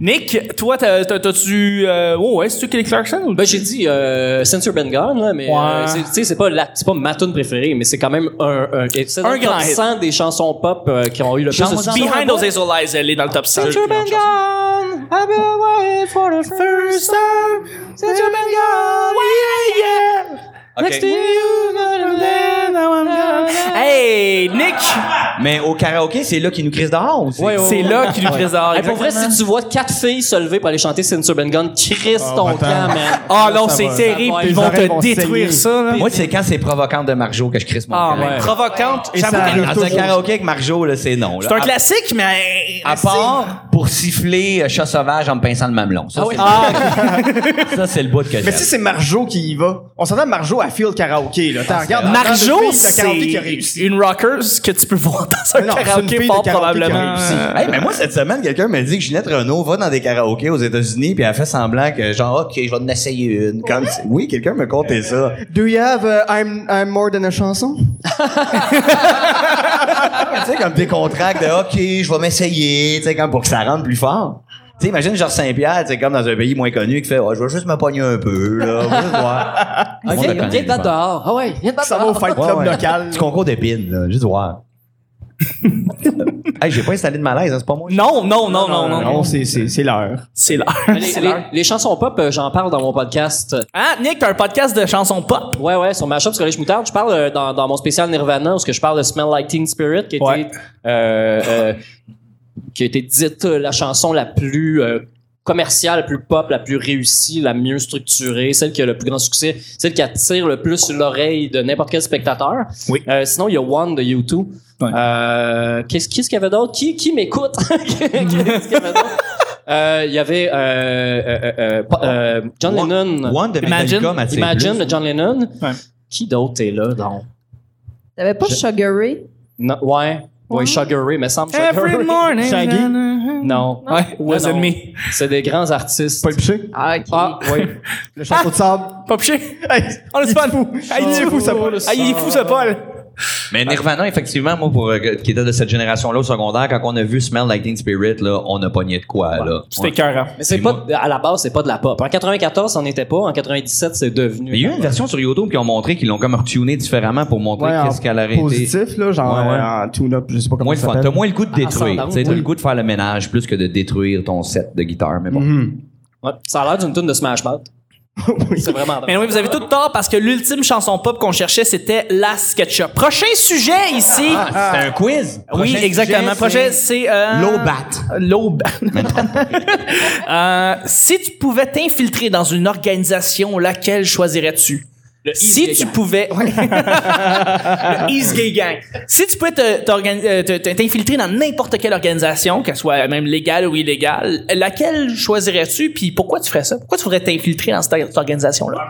Nick, toi, t'as- t'as- t'as-tu. euh, oh, ouais, c'est-tu Kelly Clarkson ou. Ben, j'ai dit euh, Censor Ben Gone, là, mais Ouais. euh, c'est- tu sais, c'est pas, la- c'est pas ma tune préférée, mais c'est quand même un, un, c'est dans Un le grand top hit. 100 des chansons pop euh, qui ont eu le plus de succès. Behind those hazel eyes, elle est dans le top 100. Hey, Nick, Mais au karaoké, c'est là qu'ils nous crise dehors aussi. Ouais, ouais, C'est ouais. là qu'il nous crise dehors, Hey, pour vrai, si exactement. tu vois quatre filles se lever pour aller chanter Censor Ben Gun, crisse ton Oh, attends. camp, man. Ah non, Ça c'est va. terrible. Ça va, Ils les vont oreilles te vont détruire saigner. ça. là. Moi, c'est quand c'est provocante de Marjo que je crisse mon Ah, camp. ouais. Provocante. Et ça j'avoue qu'elle- arrive Dans un toujours. karaoké avec Marjo, là, c'est non. là. C'est un À- classique, mais... À part pour siffler euh, chat sauvage en me pinçant le mamelon. Ça, Ah c'est oui. le- ça, c'est le bout que Mais j'aime. si c'est Marjo qui y va, on s'entend Marjo à Field Karaoke, là. T'en regardes. Marjo, c'est. qui c'est a réussi. une rockers que tu peux voir dans un Mais non, c'est une karaoké fille de fort karaoké probablement. qui a réussi. Hey, mais moi, cette semaine, quelqu'un m'a dit que Ginette Renault va dans des karaokés aux États-Unis, puis elle fait semblant que, genre, OK, je vais en essayer une. Comme si- Oui, quelqu'un me contait ça. Do you have uh, I'm, I'm more than a chanson? tu sais, comme des contrats de OK, je vais m'essayer, tu sais, comme pour que ça rentre plus fort. Tu sais, imagine Georges Saint-Pierre, tu sais, comme dans un pays moins connu, qui fait Ouais, Je vais juste me pogner un peu, là, je vais juste voir. Ah, On viens, le viens connaît, te battre je pense. dehors. Ah ouais, viens te battre Ça va au dehors. Fight Ouais, Club ouais. local. Du concours d'épines, là, juste voir. hey, j'ai pas installé de malaise, hein, c'est pas moi. Non, non, non, non, non. Non, c'est, c'est, c'est l'heure. C'est l'heure. Les, C'est les- l'heure. les chansons pop, euh, j'en parle dans mon podcast. Hein, Nick, t'as un podcast de chansons pop. Ouais, ouais, sur Mashup sur Collège Moutarde. Je parle euh, dans, dans mon spécial Nirvana, où ce que je parle de Smell Like Teen Spirit, qui a Ouais. été, euh, euh, qui a été dite euh, la chanson la plus euh, commerciale, la plus pop, la plus réussie, la mieux structurée, celle qui a le plus grand succès, celle qui attire le plus sur l'oreille de n'importe quel spectateur. Oui. Euh, sinon, il y a One de U2. Ouais. Euh, qu'est-ce, qu'est-ce qu'il y avait d'autre? Qui, qui m'écoute? qu'est-ce qu'il y avait d'autre? Euh, Il y avait euh, euh, euh, euh, euh, John One- Lennon. One de Imagine- Metallica, Mathieu. Imagine Plus. de John Lennon. Ouais. Qui d'autre est là, donc? T'avais pas Sugar Ray? Non, ouais. Ouais, Ouais. Sugar Ray, mais semble Sugar Ray. Every morning. Shaggy. Euh, Non. Non. Ouais, wasn't Non, non. me. C'est des grands artistes. Paul Piché? Ah, ok. Ah, oui. Le chapeau de sable? Pas piché. Hey, On est il fun. est fou. Ah, il est fou, ça, Paul. Ah, il est fou, ça, Paul. Mais Nirvana, effectivement, moi, pour, euh, qui était de cette génération-là au secondaire, quand on a vu Smell Like Teen Spirit, là, on a pogné de quoi, là. C'était écœurant. Mais c'est Et pas, à la base, c'est pas de la pop. En 94, on n'était pas. En 97, c'est devenu. Mais il y a eu une version sur YouTube qui ont montré qu'ils l'ont comme retuné différemment pour montrer Ouais, en qu'est-ce qu'elle aurait été. Positif, là, genre, Ouais, ouais. euh, en tune-up, je sais pas comment Moins le ça fun. T'as s'appelle. moins le goût de détruire. Ascendant, Tu sais, T'as oui. le goût de faire le ménage plus que de détruire ton set de guitare. Mais bon. Mm. Mhm. Ouais, ça a l'air d'une tune de Smash Mouth. C'est vraiment drôle. Mais oui, vous avez tout tort parce que l'ultime chanson pop qu'on cherchait, c'était la SketchUp. Prochain sujet ici. Ah, C'est un quiz. oui, exactement. Prochain, c'est... Euh... Lobat. L'aube. Euh, si tu pouvais t'infiltrer dans une organisation, laquelle choisirais-tu? East Si Gay tu Gang. pouvais... Ouais. Le East Gay Gang. Si tu pouvais te- t'organi- euh, te- te- t'infiltrer dans n'importe quelle organisation, qu'elle soit même légale ou illégale, laquelle choisirais-tu? Puis pourquoi tu ferais ça? Pourquoi tu voudrais t'infiltrer dans cette, cette organisation-là?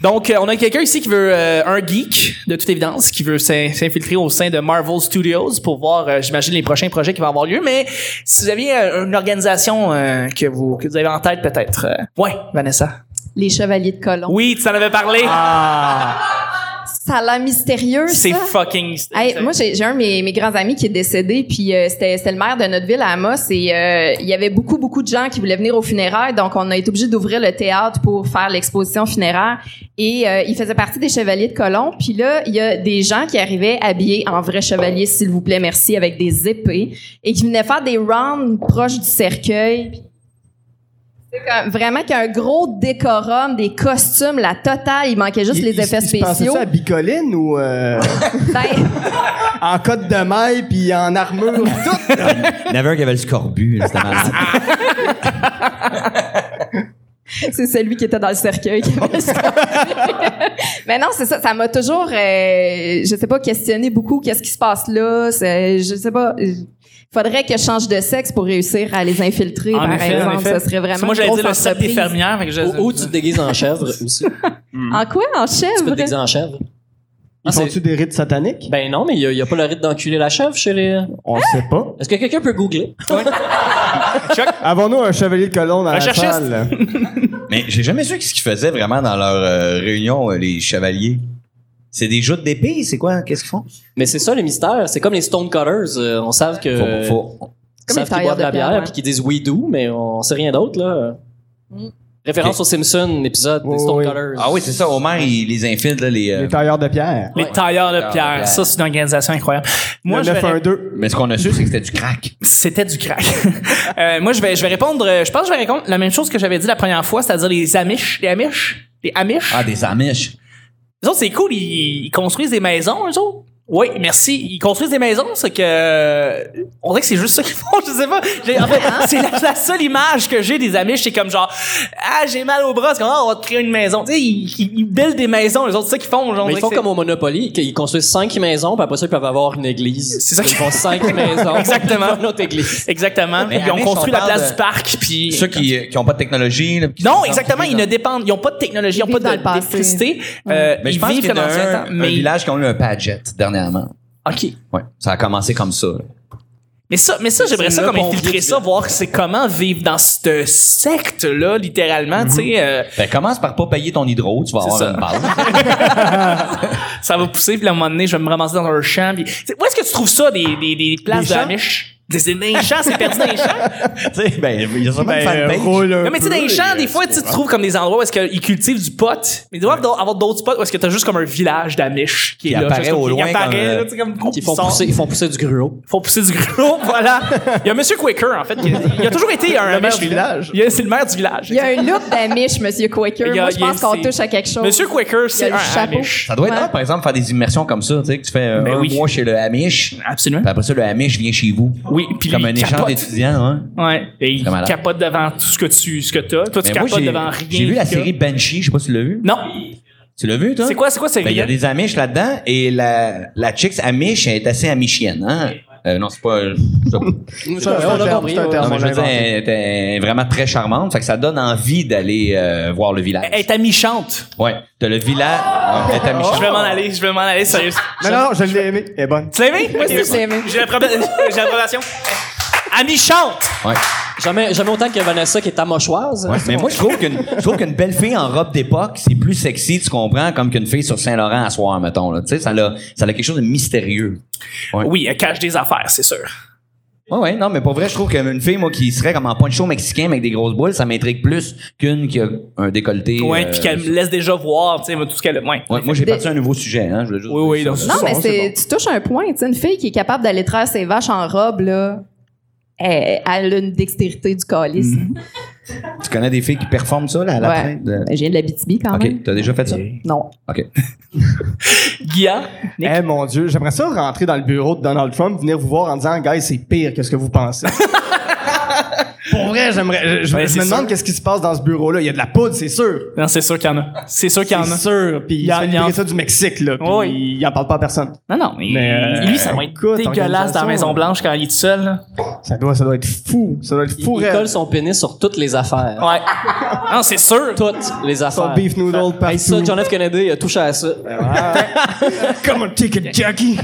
Donc, euh, on a quelqu'un ici qui veut, euh, un geek, de toute évidence, qui veut s'in- s'infiltrer au sein de Marvel Studios pour voir, euh, j'imagine, les prochains projets qui vont avoir lieu. Mais si vous aviez euh, une organisation euh, que, vous, que vous avez en tête, peut-être. euh, ouais, Vanessa. Les Chevaliers de Colomb. Oui, tu en avais parlé. Ça a l'air mystérieux, c'est ça. fucking. Hey, moi, j'ai j'ai un de mes, mes grands amis qui est décédé, puis euh, c'était c'était le maire de notre ville à Amos, et euh, il y avait beaucoup, beaucoup de gens qui voulaient venir aux funérailles, donc on a été obligé d'ouvrir le théâtre pour faire l'exposition funéraire. Et euh, il faisait partie des Chevaliers de Colomb, puis là, il y a des gens qui arrivaient habillés en vrais chevaliers, s'il vous plaît, merci, avec des épées, et qui venaient faire des rounds proches du cercueil, C'est comme- Vraiment qu'il y a un gros décorum, des costumes, la totale, il manquait juste Il- les il- effets il se pensait spéciaux. ça à bicoline ou euh, Ben, en cote de maille puis en armure? Tout! Il y en avait un qui avait le scorbut. là, C'était malade. C'est celui qui était dans le cercueil. qui avait ça. Mais non, c'est ça. Ça m'a toujours, euh, je sais pas, questionné beaucoup. Qu'est-ce qui se passe là C'est- Je sais pas. Il faudrait que je change de sexe pour réussir à les infiltrer. par exemple, ça serait Parce que vraiment. Moi, j'allais une dire le grosse set des entreprise. fermières. fait que je- Ou, ou tu te déguises en chèvre aussi. Tu En quoi En peux te chèvre déguiser en chèvre. Ah, Ils c'est- font-tu des rites sataniques? Ben non, mais il n'y a, pas le rite d'enculer la chèvre chez les. On sait pas. Est-ce que quelqu'un peut googler? Avons-nous un chevalier de colon dans la Recherchiste. salle? Mais j'ai jamais su ce qu'ils faisaient vraiment dans leur euh, réunion, euh, les chevaliers. C'est des joutes d'épée, c'est quoi? Qu'est-ce qu'ils font? Mais c'est ça le mystère. C'est comme les Stonecutters. euh, on savent que. Faut- faut- Comme savent les qu'ils boivent de tailleurs la de pierre, bière ouais. puis qui disent we do, mais on sait rien d'autre, là. Mm. Référence au Simpson, épisode Oui, oui. des Stonecutters. Ah oui, c'est ça. Homer, il les infiltre, là, les... euh, Les tailleurs de pierre. Les Ouais. tailleurs de Tailleurs de pierre. pierre. Ça, c'est une organisation incroyable. Moi, Moi, je le verrais- 912. Mais ce qu'on a su, c'est que c'était du crack. C'était du crack. Euh, moi, je vais, je vais répondre. euh, Je pense que je vais répondre la même chose que j'avais dit la première fois, c'est-à-dire les Amish. Les Amish. Les Amish. Ah, des Amish. Les autres, c'est cool. Ils, ils construisent des maisons, eux autres. Oui, merci. Ils construisent des maisons, c'est que euh, on dirait que c'est juste ça qu'ils font. Je sais pas. J'ai- En fait, c'est la, la seule image que j'ai des amis. C'est comme genre, ah, j'ai mal au bras. C'est comme, ah, on va te créer une maison. Tu sais, ils, ils- ils buildent des maisons. Les autres, c'est ça qu'ils font. Genre, on dirait Mais ils font que c'est- comme au Monopoly, qu'ils construisent cinq maisons, puis après ça, ils peuvent avoir une église. C'est ça Ils que- font cinq maisons. Exactement. Ils font Notre église. Exactement. Mais ils ont Amish, construit on la parle place de- du parc. Puis Ceux qui n'ont pas de technologie. là, qui sont non, dans- exactement. Ils ne dépendent. Ils ont pas de technologie. Ils ont Ils pas vivent dans de- le passé. d'électricité. Euh, Mais je ils pense vivent qu'il y en comme a dans un un, temps, un mais village qui a eu un paget dernièrement. ok. Ouais, ça a commencé comme ça. là. Mais ça, mais ça, j'aimerais C'est ça le comme bon infiltrer vieux ça, voir c'est comment vivre dans cette secte là, littéralement. Tu sais, euh, Ben, commence par pas payer ton hydro, tu vas C'est avoir ça. une base. ça va pousser, puis à un moment donné, je vais me ramasser dans un champ. Puis, Tu sais, où est-ce que tu trouves ça, des, des, des places Des de champs? Amish? Des, des, dans les champs, c'est perdu dans les champs. Tu sais, ben, il y a sûrement une euh, fanpage. Non, mais tu sais, dans les champs, des fois, tu sais, tu trouves comme des endroits où est-ce qu'ils cultivent du pot. Mais ils doivent avoir d'autres spots où est-ce que t'as juste comme un village d'Amish qui est Qui là. apparaît juste au qui loin apparaît, comme, euh, là, tu sais, comme gros, Ils font, sort. pousser, ils font pousser du gruau. Faut pousser du gros, voilà. Il y a Monsieur Quaker, en fait. qui- Il a toujours été un Le maire Amish. du village. Il y a- C'est le maire du village. Il y a un look d'amiche, Monsieur Quaker. Il y a- Moi, je il y a- pense qu'on c'est- touche à quelque chose. Monsieur Quaker, Il y a c'est le un chapeau. Amish. Ça doit être Ouais. là, par exemple, faire des immersions comme ça, tu sais, que tu fais euh, Ben un oui. mois chez le Hamish, puis Absolument. après ça, le Hamish vient chez vous. Oui, puis Comme lui, un il échange capote. d'étudiants, hein. Ouais. Et il Très malade. capote devant tout ce que tu ce que t'as. Toi, tu Mais moi, capotes j'ai- devant rien. j'ai vu la que- série Banshee, je sais pas si tu l'as vu. Non. Tu l'as vu, toi? C'est quoi, c'est quoi cette Ben, il y a série? des Amish là-dedans et la, la chicks Amish elle est assez amichienne, hein? Euh, non, c'est pas. euh, je sais pas. c'est un on a terme, compris. c'est un ouais. terme. Non, mais je veux dire, elle était vraiment très charmante, fait que ça donne envie d'aller euh, voir le village. Elle est amichante. Ouais, t'as le village. Ah! Elle est amichante. Je vais m'en aller, je vais m'en aller, sérieux. Non, non, je l'ai aimé. Elle est bonne. Tu l'as aimé? Moi aussi, je l'ai aimé. J'ai l'approbation. J'ai l'approbation. Amichante! Ouais. euh, Jamais, jamais autant que Vanessa qui est amochoise. Ouais, mais moi, je trouve qu'une, je trouve qu'une belle fille en robe d'époque, c'est plus sexy, tu comprends, comme qu'une fille sur Saint-Laurent à soir, mettons, là. Tu sais, ça a, ça a quelque chose de mystérieux. Ouais. Oui, elle cache des affaires, c'est sûr. Ouais, ouais, non, mais pour vrai, je trouve qu'une fille, moi, qui serait comme en poncho mexicain, mais avec des grosses boules, ça m'intrigue plus qu'une qui a un décolleté. Ouais, euh, puis qu'elle me laisse déjà voir, tu sais, tout ce qu'elle. Ouais. Ouais, moi, j'ai Des- parti un nouveau sujet, hein. Je voulais juste Oui, oui, donc- Non, C'est mais bon, c'est, tu touches un point. Tu sais, une fille qui est capable d'aller traire ses vaches en robe, là, elle, elle a une dextérité du calice. Mm-hmm. Tu connais des filles qui performent ça, là, à la Ouais. traite de- Ben, Je viens de la BTB quand même. Ok, t'as déjà fait ça? Non. Ok. Guilla, Eh Nick, mon Dieu, j'aimerais ça rentrer dans le bureau de Donald Trump, venir vous voir en disant, guys, c'est pire que ce que vous pensez. Pour vrai, j'aimerais. Je, je- Ouais, je c'est me sûr. demande qu'est-ce qui se passe dans ce bureau-là. Il y a de la poudre, c'est sûr. Non, c'est sûr qu'il y en a. C'est sûr qu'il y en a. C'est sûr. Puis Il y il en- a il y en- livré ça du Mexique, là. Puis Oui. il en parle pas à personne. Non, non, mais, Mais, euh, lui, ça va être écoute, dégueulasse dans la organisation, Maison-Blanche quand il est tout seul. là. Ça doit, ça doit être fou. Ça doit être Il, fou, il raide. colle son pénis sur toutes les affaires. Ouais. non, c'est sûr. Toutes les affaires. Son beef noodle Hey, ça, partout. John F. Kennedy il a touché à ça. Ben, Come on, take it, Jackie.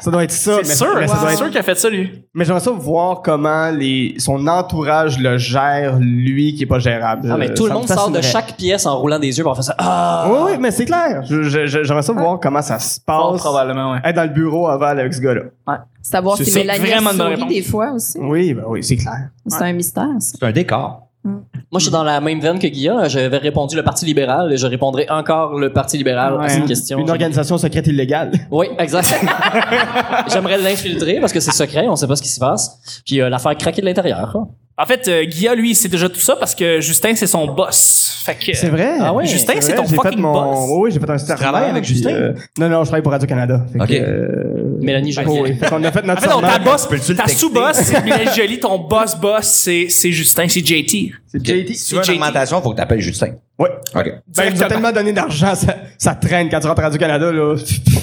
ça doit être ça. C'est mais- sûr. mais ça doit C'est être- sûr qu'il a fait ça, lui. Mais j'aimerais ça voir comment les, son entourage le gère, lui qui est pas gérable. Euh, Ah, mais tout le Ça me monde sort de fascinerait. chaque pièce en roulant des yeux pour faire ça. Ah! Oui, oui, mais c'est clair. Je- je- je- J'aimerais ça voir comment ça se Fort passe. probablement, ouais. Être dans le bureau aval avec ce gars-là. Savoir C'est si ça, Mélanie vraiment une bonne sourit réponse. des fois aussi. Oui, ben oui, c'est clair. C'est un mystère, ça. C'est un décor. Moi, je suis dans la même veine que Guilla. hein. J'avais répondu le Parti libéral et je répondrai encore le Parti libéral à cette question. hein. Une organisation secrète illégale. Oui, exact. J'aimerais l'infiltrer parce que c'est secret, on sait pas ce qui se passe. Puis euh, la faire craquer de l'intérieur. hein. En fait, euh, Guilla, lui, c'est déjà tout ça parce que Justin, c'est son boss. Fait que. euh, C'est vrai. Ah ouais? Justin, c'est ton vrai, j'ai fucking fait mon- boss. Oui, oui, j'ai fait un Tu travailles avec Justin? Non, non, je travaille pour Radio-Canada. Fait que, Ok. euh, Mélanie oh, oui. Joly. Fait qu'on a fait notre En fait, non, ta serment. boss, Peux-tu le ta texter? sous-boss, c'est Mélanie Jolie, ton boss-boss, c'est, c'est Justin, c'est JT. C'est JT. Si tu veux une augmentation, faut que t'appelles Justin. Oui. OK. Ben, ils nous ont tellement donné d'argent, ça, ça traîne quand tu rentres à Radio-Canada, là.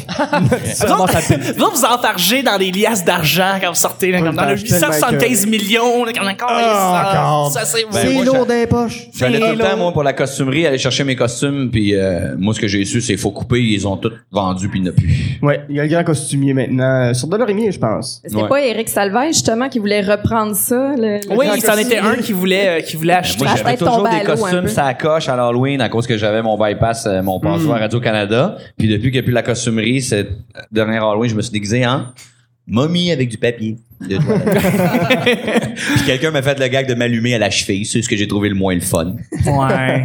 Vous Seulement, ça pue. autres, Ben, vous, autres, vous enfargez dans des liasses d'argent quand vous sortez, là, Oui, comme dans le ben, je suis tellement 875 millions, là, comme encore, Ah, encore. ça, ça, c'est Ben, moi, je- des poches. J'allais tout le là. temps, moi, pour la costumerie, aller chercher mes costumes, puis euh, moi, ce que j'ai su, c'est faut couper, ils ont tous vendu, puis il n'y en a plus. Ouais, il y a le grand costumier maintenant, euh, sur Dolorimier, je pense. C'était Ouais. pas Éric Salvaille, justement, qui voulait reprendre ça? le- le Oui, grand c'en costume? était un qui voulait, euh, qui voulait acheter. Moi, la j'avais tête toujours tombait des à l'eau un costumes peu. Hmm. ça coche à l'Halloween à cause que j'avais mon bypass, euh, mon passeport Radio-Canada. Puis depuis qu'il n'y a plus la costumerie, cette dernière Halloween, je me suis déguisé en momie avec du papier. de toilette. puis quelqu'un m'a fait le gag de m'allumer à la cheville. C'est ce que j'ai trouvé le moins le fun. Ouais.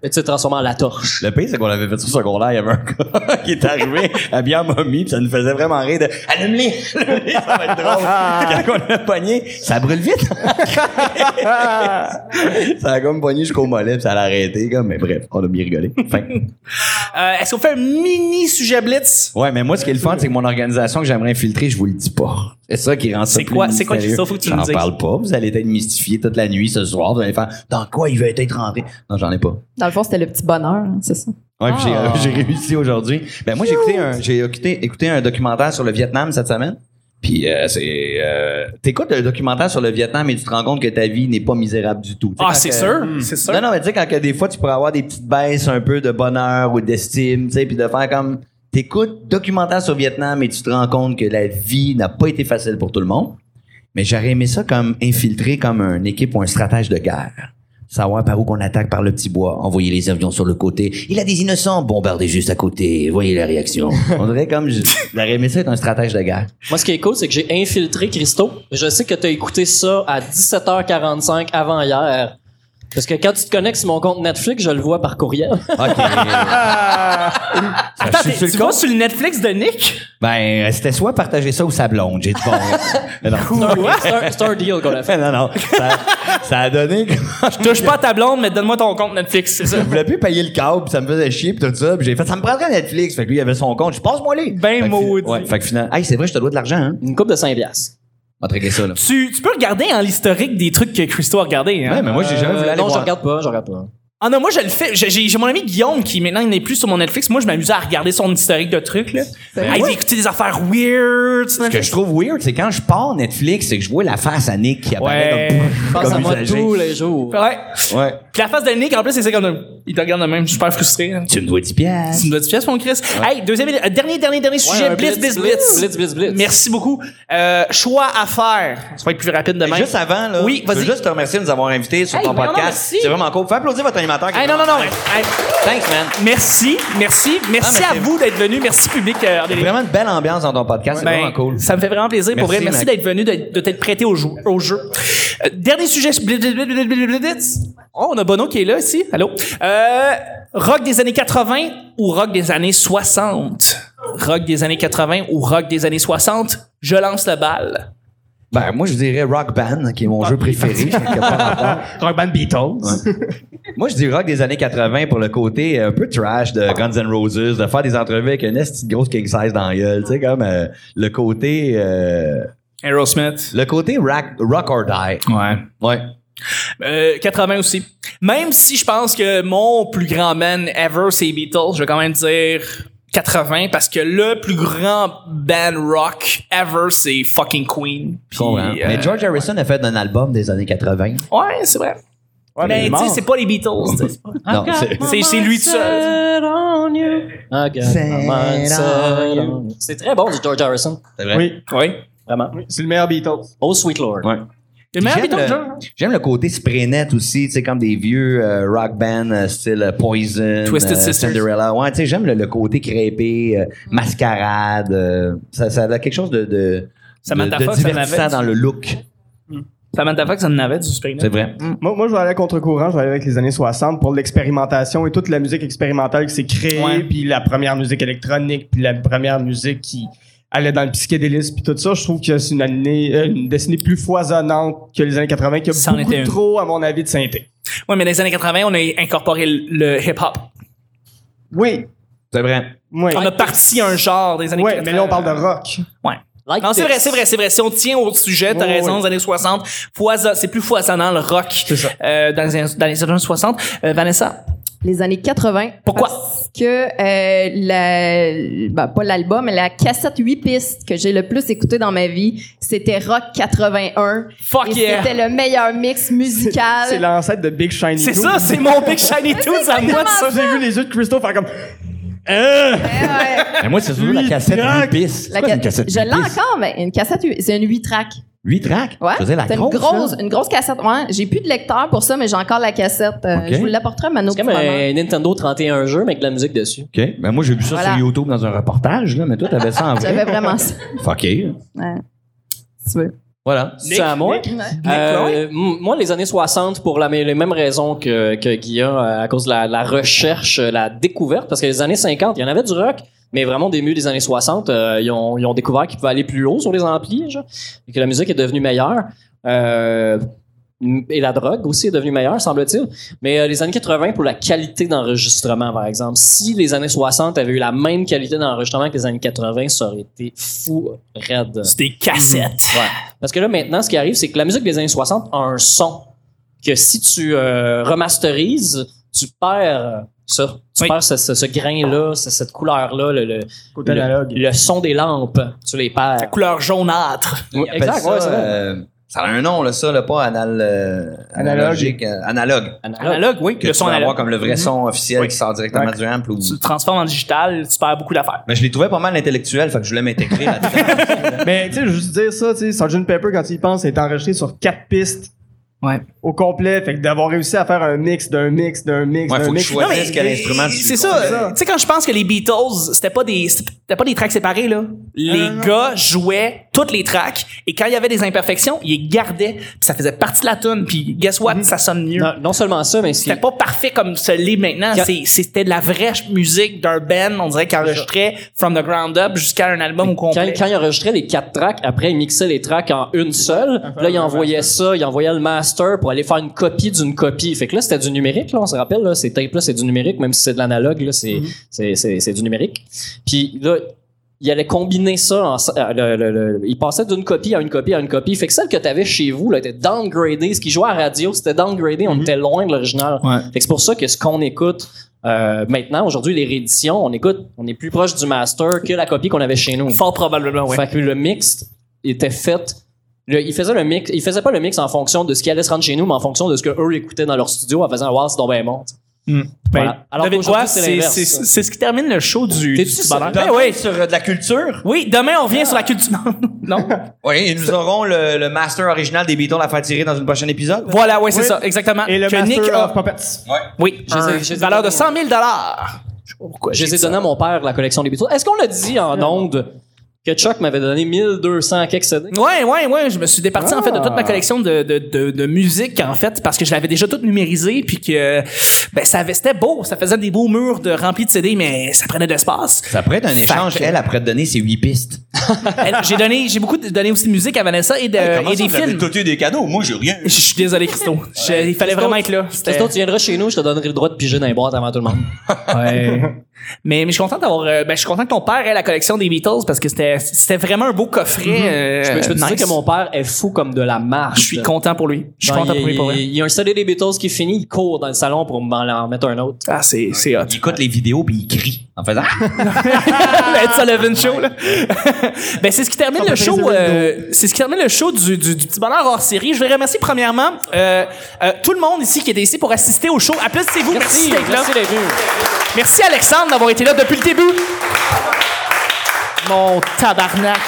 Mais tu sais, transformé en la torche. Le pire, c'est qu'on l'avait fait sur secondaire. Il y avait un gars qui est arrivé habillé en momie, puis ça nous faisait vraiment rire de Allume-les! Allume-les, ça va être drôle. Quand on l'a pogné, ça brûle vite. ça a comme pogné jusqu'au mollet, puis ça l'a arrêté. Comme, mais bref, on a bien rigolé. Fin. Euh, Est-ce qu'on fait un mini sujet blitz? Ouais, mais moi, ce qui est le fun, c'est que mon organisation que j'aimerais infiltrer, je vous le dis pas. C'est ça qui rend ça C'est plus quoi- c'est quoi, mystérieux. Christophe, faut que tu nous J'en dises. parle pas. Vous allez être mystifiés toute la nuit ce soir. Vous allez faire dans quoi il va être rentré. Non, j'en ai pas. Dans le fond, c'était le petit bonheur, hein, c'est ça. Ouais, puis j'ai- euh, j'ai réussi aujourd'hui. Ben moi j'ai écouté un j'ai écouté, écouté un documentaire sur le Vietnam cette semaine. Puis euh, c'est euh, t'écoutes le documentaire sur le Vietnam et tu te rends compte que ta vie n'est pas misérable du tout. Tu sais, Ah, quand c'est que- Hmm. sûr. C'est sûr. Non non, mais tu sais quand que des fois tu pourrais avoir des petites baisses un peu de bonheur ou d'estime, tu sais, puis de faire comme t'écoutes documentaire sur Vietnam et tu te rends compte que la vie n'a pas été facile pour tout le monde. Mais j'aurais aimé ça comme infiltrer comme une équipe ou un stratège de guerre. Savoir par où qu'on attaque par le petit bois, envoyer les avions sur le côté. Il a des innocents, bombarder juste à côté. Voyez la réaction. On dirait comme je- j'aurais aimé ça être un stratège de guerre. Moi, ce qui est cool, c'est que j'ai infiltré Christo. Je sais que t'as écouté ça à 17h45 avant hier. Parce que quand tu te connectes sur mon compte Netflix, je le vois par courriel. Attends, je suis t'es- sur le tu vas compte. sur le Netflix de Nick? Ben, euh, c'était soit partager ça ou sa blonde. J'ai dit bon. Mais non. C'est un- c'est un- c'est un deal qu'on a fait. Mais non, non. Ça, ça a donné que je Touche pas à ta blonde, mais donne-moi ton compte Netflix, c'est ça? voulais plus payer le câble, puis ça me faisait chier, puis tout ça. Puis j'ai fait, ça me prendrait Netflix. Fait que lui, il avait son compte. Je passe-moi les. Ben Fait que, maudit. Ouais, fait que finalement, hey, c'est vrai, je te dois de l'argent, hein. Une coupe de 5 piastres. On va te régler ça, là. Tu, tu peux regarder en l'historique des trucs que Christo a regardé. Hein? Ouais, mais moi, j'ai jamais Euh, voulu aller non, je voir. regarde pas, je regarde pas. Ah non, moi je le fais. J'ai- J'ai j'ai mon ami Guillaume qui maintenant il n'est plus sur mon Netflix. Moi je m'amusais à regarder son historique de trucs là. Hey, j'ai écouté des affaires weird. sur Ce que Netflix. je trouve weird, c'est quand je pars Netflix, c'est que je vois la face à Nick qui apparaît Ouais. comme, Je pense comme à moi usagée. tous les jours. Ouais. Ouais. Puis la face de Nick en plus c'est ça comme de- il te regarde de même. Je suis super frustré. hein. Tu me dois 10 piastres. Tu me dois du pièce mon Chris. Hey deuxième euh, dernier dernier dernier Ouais, sujet un blitz blitz blitz. Blitz, blitz, blitz. Merci beaucoup. Euh, choix à faire. Ça va être plus rapide demain. Juste avant, là. Oui, Je vas-y. veux juste te remercier de nous avoir invités sur Hey, ton ben non, podcast. merci. C'est vraiment cool. Fais applaudir votre animateur. qui Hey, est non non vraiment- non. Hey, Thanks, man. merci merci merci mais à c'est- vous d'être venus. Merci public. euh, en délire. Vraiment une belle ambiance dans ton podcast. Ben, c'est vraiment cool. Ça me fait vraiment plaisir. pour Merci, vrai, merci Mac. d'être venu, de, de t'être prêté au, jou- au jeu. Euh, dernier sujet. je- blid- blid- blid- blid- blid- blid- blid- Oh, on a Bono qui est là ici. Allô. Euh, rock des années 80 ou rock des années 60? Rock des années 80 ou rock des années 60? Je lance la balle. Ben, moi, je dirais Rock Band, qui est mon jeu préféré. Rock Band Beatles. Moi, je dis rock des années 80 pour le côté euh, un peu trash de Guns N' Roses, de faire des entrevues avec une esti de grosse king size dans la gueule. Tu sais, comme euh, le côté, euh, Aerosmith. le côté rock, rock or die. Ouais. Ouais. Euh, 80 aussi. Même si je pense que mon plus grand band ever, c'est les Beatles, je vais quand même dire 80 parce que le plus grand band rock ever, c'est fucking Queen. Puis, Comprends. euh, Mais George Harrison a fait un album des années 80. Ouais, c'est vrai. mais tu sais, c'est pas les Beatles. tu sais, c'est pas- Non, c'est- C'est c'est lui tout seul. Ah, God, my mind's set on you. C'est très bon du George Harrison. c'est vrai. Oui, Oui. Vraiment. c'est le meilleur Beatles. Oh, sweet lord. Ouais. Le meilleur J'aime Beatles, le- genre. J'aime le côté spray net aussi, tu sais, comme des vieux euh, rock bands euh, style euh, Poison, Twisted euh, Sisters. Cinderella. Ouais, tu sais, j'aime le, le côté crépé, euh, mascarade. euh, ça, ça a quelque chose de, de, de, Samantha de Fox en divertissant avait. dans le look. Samantha Fox en avait du Spring. C'est vrai. Moi, moi, je vais aller à contre-courant, je vais aller avec les années 60 pour l'expérimentation et toute la musique expérimentale qui s'est créée, Ouais. puis la première musique électronique, puis la première musique qui allait dans le psychédélisme, puis tout ça. Je trouve que c'est une année, euh, une décennie plus foisonnante que les années 80, qui a Ça en beaucoup était une. trop, à mon avis, de synthé. Ouais, mais dans les années 80, on a incorporé le, le hip-hop. Oui, C'est vrai. oui. On a parti un genre des années Ouais, 80. mais là, on parle de rock. Ouais. Like non, c'est this. vrai, c'est vrai, c'est vrai. Si on tient au sujet, t'as Ouais, raison, ouais. les années 60, foison- c'est plus foisonnant le rock euh, dans, les, dans les années 60. Euh, Vanessa, Les années 80. Pourquoi? Parce que euh, la, ben, pas l'album, mais la cassette 8 pistes que j'ai le plus écoutée dans ma vie, c'était Rock 81. fuck Et yeah! c'était le meilleur mix musical. C'est l'ancêtre de Big Shiny C'est Toons. ça, c'est mon Big Shiny Toons à moi, ça. J'ai vu les yeux de Christo faire comme... Euh! Ouais, ouais. Mais moi, c'est surtout la cassette 8 pistes. La C'est quoi, ca- une cassette Je l'ai encore, mais une cassette, huit- c'est une 8 track. 8 tracks. Ouais. Je faisais la C'est une grosse, hein? grosse, là. une grosse cassette. Ouais, j'ai plus de lecteur pour ça, mais j'ai encore la cassette. Euh, Ok. Je vous l'apporterai, Mano. C'est comme un Nintendo 31 jeu, mais avec de la musique dessus. OK. Ben moi, j'ai vu ça Voilà. sur YouTube dans un reportage, là, mais toi, t'avais ça en vrai. J'avais vraiment ça. Fucké. Ouais. Si tu veux. Voilà. C'est à moi. Euh, m- moi, les années 60, pour la, les mêmes raisons que, que Guillaume, euh, à cause de la, la recherche, euh, la découverte, parce que les années 50, il y en avait du rock, mais vraiment, début des années 60, euh, ils, ont, ils ont découvert qu'ils pouvaient aller plus haut sur les amplis, genre, et que la musique est devenue meilleure. Euh, et la drogue aussi est devenue meilleure, semble-t-il. Mais euh, les années 80 pour la qualité d'enregistrement, par exemple. Si les années 60 avaient eu la même qualité d'enregistrement que les années 80, ça aurait été fou, raide. C'est des cassettes. Ouais. Parce que là, maintenant, ce qui arrive, c'est que la musique des années 60 a un son que si tu euh, remasterises, tu perds ça. Tu Oui. perds ce, ce- ce grain-là, ce- cette couleur-là, le, le, Côté analogue. le, le son des lampes. Tu les perds. La couleur jaunâtre. Oui, Appelle exact, ça, ouais, c'est vrai. euh, ça a un nom, là, ça, là, pas anal, euh, analogique, euh, analogue. Analogue. Analogue, oui. Que Le tu son vas avoir analogue. comme le vrai son officiel Oui. qui sort directement Ouais. du ample. Ou... Tu le transformes en digital, tu perds beaucoup d'affaires. Mais je les trouvais pas mal intellectuels, fait que je voulais m'intégrer là-dedans. Mais tu sais, je veux juste dire ça, tu sais, Sgt. Pepper, quand il y pense, est enregistré sur quatre pistes. Ouais. Au complet. Fait que d'avoir réussi à faire un mix d'un mix d'un mix Ouais, d'un faut que mix. tu choisisses mais quel instrument tu C'est veux ça. qu'on euh, Tu sais, quand je pense que les Beatles, c'était pas des, c'était pas des tracks séparés, là. Les gars jouaient toutes les tracks et quand il y avait des imperfections, ils les gardaient. Puis ça faisait partie de la tune. Puis guess what? Ça sonne mieux. Non, non seulement ça, mais si- C'était pas parfait comme ce l'est maintenant. Quand- C'est- C'était de la vraie musique d'un band, on dirait, qui enregistrait from the ground up jusqu'à un album au Quand, complet. quand il enregistrait les quatre tracks, après, il mixait les tracks en une seule. Puis là, il envoyait ça, il envoyait le master pour aller faire une copie d'une copie. Fait que là, c'était du numérique, là, on se rappelle, là, ces tapes-là, c'est du numérique, même si c'est de l'analogue, là, c'est, c'est, c'est, c'est du numérique. Puis là, il allait combiner ça. En, euh, le- le- le- il passait d'une copie à une copie à une copie. Fait que celle que t'avais chez vous, là, était downgradée. Ce qui jouait à la radio, c'était downgradé. On était loin de l'original. Fait que c'est pour ça que ce qu'on écoute euh, maintenant, aujourd'hui, les rééditions, on écoute, on est plus proche du master que la copie qu'on avait chez nous. Fort probablement, oui. Fait que le mix était fait. le- il faisait le mix, il faisait pas le mix en fonction de ce qui allait se rendre chez nous, mais en fonction de ce que eux écoutaient dans leur studio en faisant wow, c'est donc bien bon. Voilà. Alors Devine qu'aujourd'hui, quoi? c'est C'est l'inverse. c'est- c'est ce qui termine le show du, T'es-tu du petit sûr? bonheur. fait. Ben oui. Sur euh, de la culture. Oui, demain, on revient sur la culture. Non, non. Oui, et nous aurons le, le master original des Beatles à faire tirer dans une prochaine épisode. Voilà, ouais, c'est Oui. ça, exactement. Et le que master Nick a- of puppets. Oui, Je les ai- je les ai une valeur de donnés. 100 000 dollars. Je sais pas pourquoi. Je j'ai les ai dit ça. donnés à mon père la collection des Beatles. Est-ce qu'on l'a dit en ondes que Chuck m'avait donné 1200 quelques CD? Ouais, ouais, ouais, je me suis départi en fait de toute ma Ah. collection de, de, de, de musique en fait parce que je l'avais déjà toute numérisée puis que ben ça avait- c'était beau, ça faisait des beaux murs de remplis de CD mais ça prenait de l'espace. Ça pourrait être un échange. Elle, elle pourrait te donner ses huit pistes. Elle- j'ai donné j'ai beaucoup de- donné aussi de musique à Vanessa Euh, et, de- et des films. eu des cadeaux. Moi, j'ai rien. Je suis désolé Christo. Je- il fallait vraiment être là. C'était- Sinon, tu viendras chez nous, je te donnerai le droit de piger dans les boîtes avant tout le monde. Mais, mais je suis content d'avoir euh, ben je suis content que ton père ait la collection des Beatles parce que c'était c'était vraiment un beau coffret. euh, Mm-hmm. je peux, je peux te nice. dire que mon père est fou comme de la marche. je suis content pour lui. Je suis Genre, content pour il, lui pour vrai. il- il y a un CD des Beatles qui est fini, il court dans le salon pour m'en en mettre un autre. Ah c'est c'est hot. Il écoute les vidéos puis il crie en faisant. Ah, le Ed Sullivan Show, là. ben, c'est ce qui termine le show. euh, c'est ce qui termine le show du, du, du petit bonheur hors série. Je vais remercier premièrement euh, euh, tout le monde ici qui était ici pour assister au show. Applaudissez-vous. Merci, d'être là. merci d'être venu. Merci Alexandre d'avoir été là depuis le début. Mon tabarnak.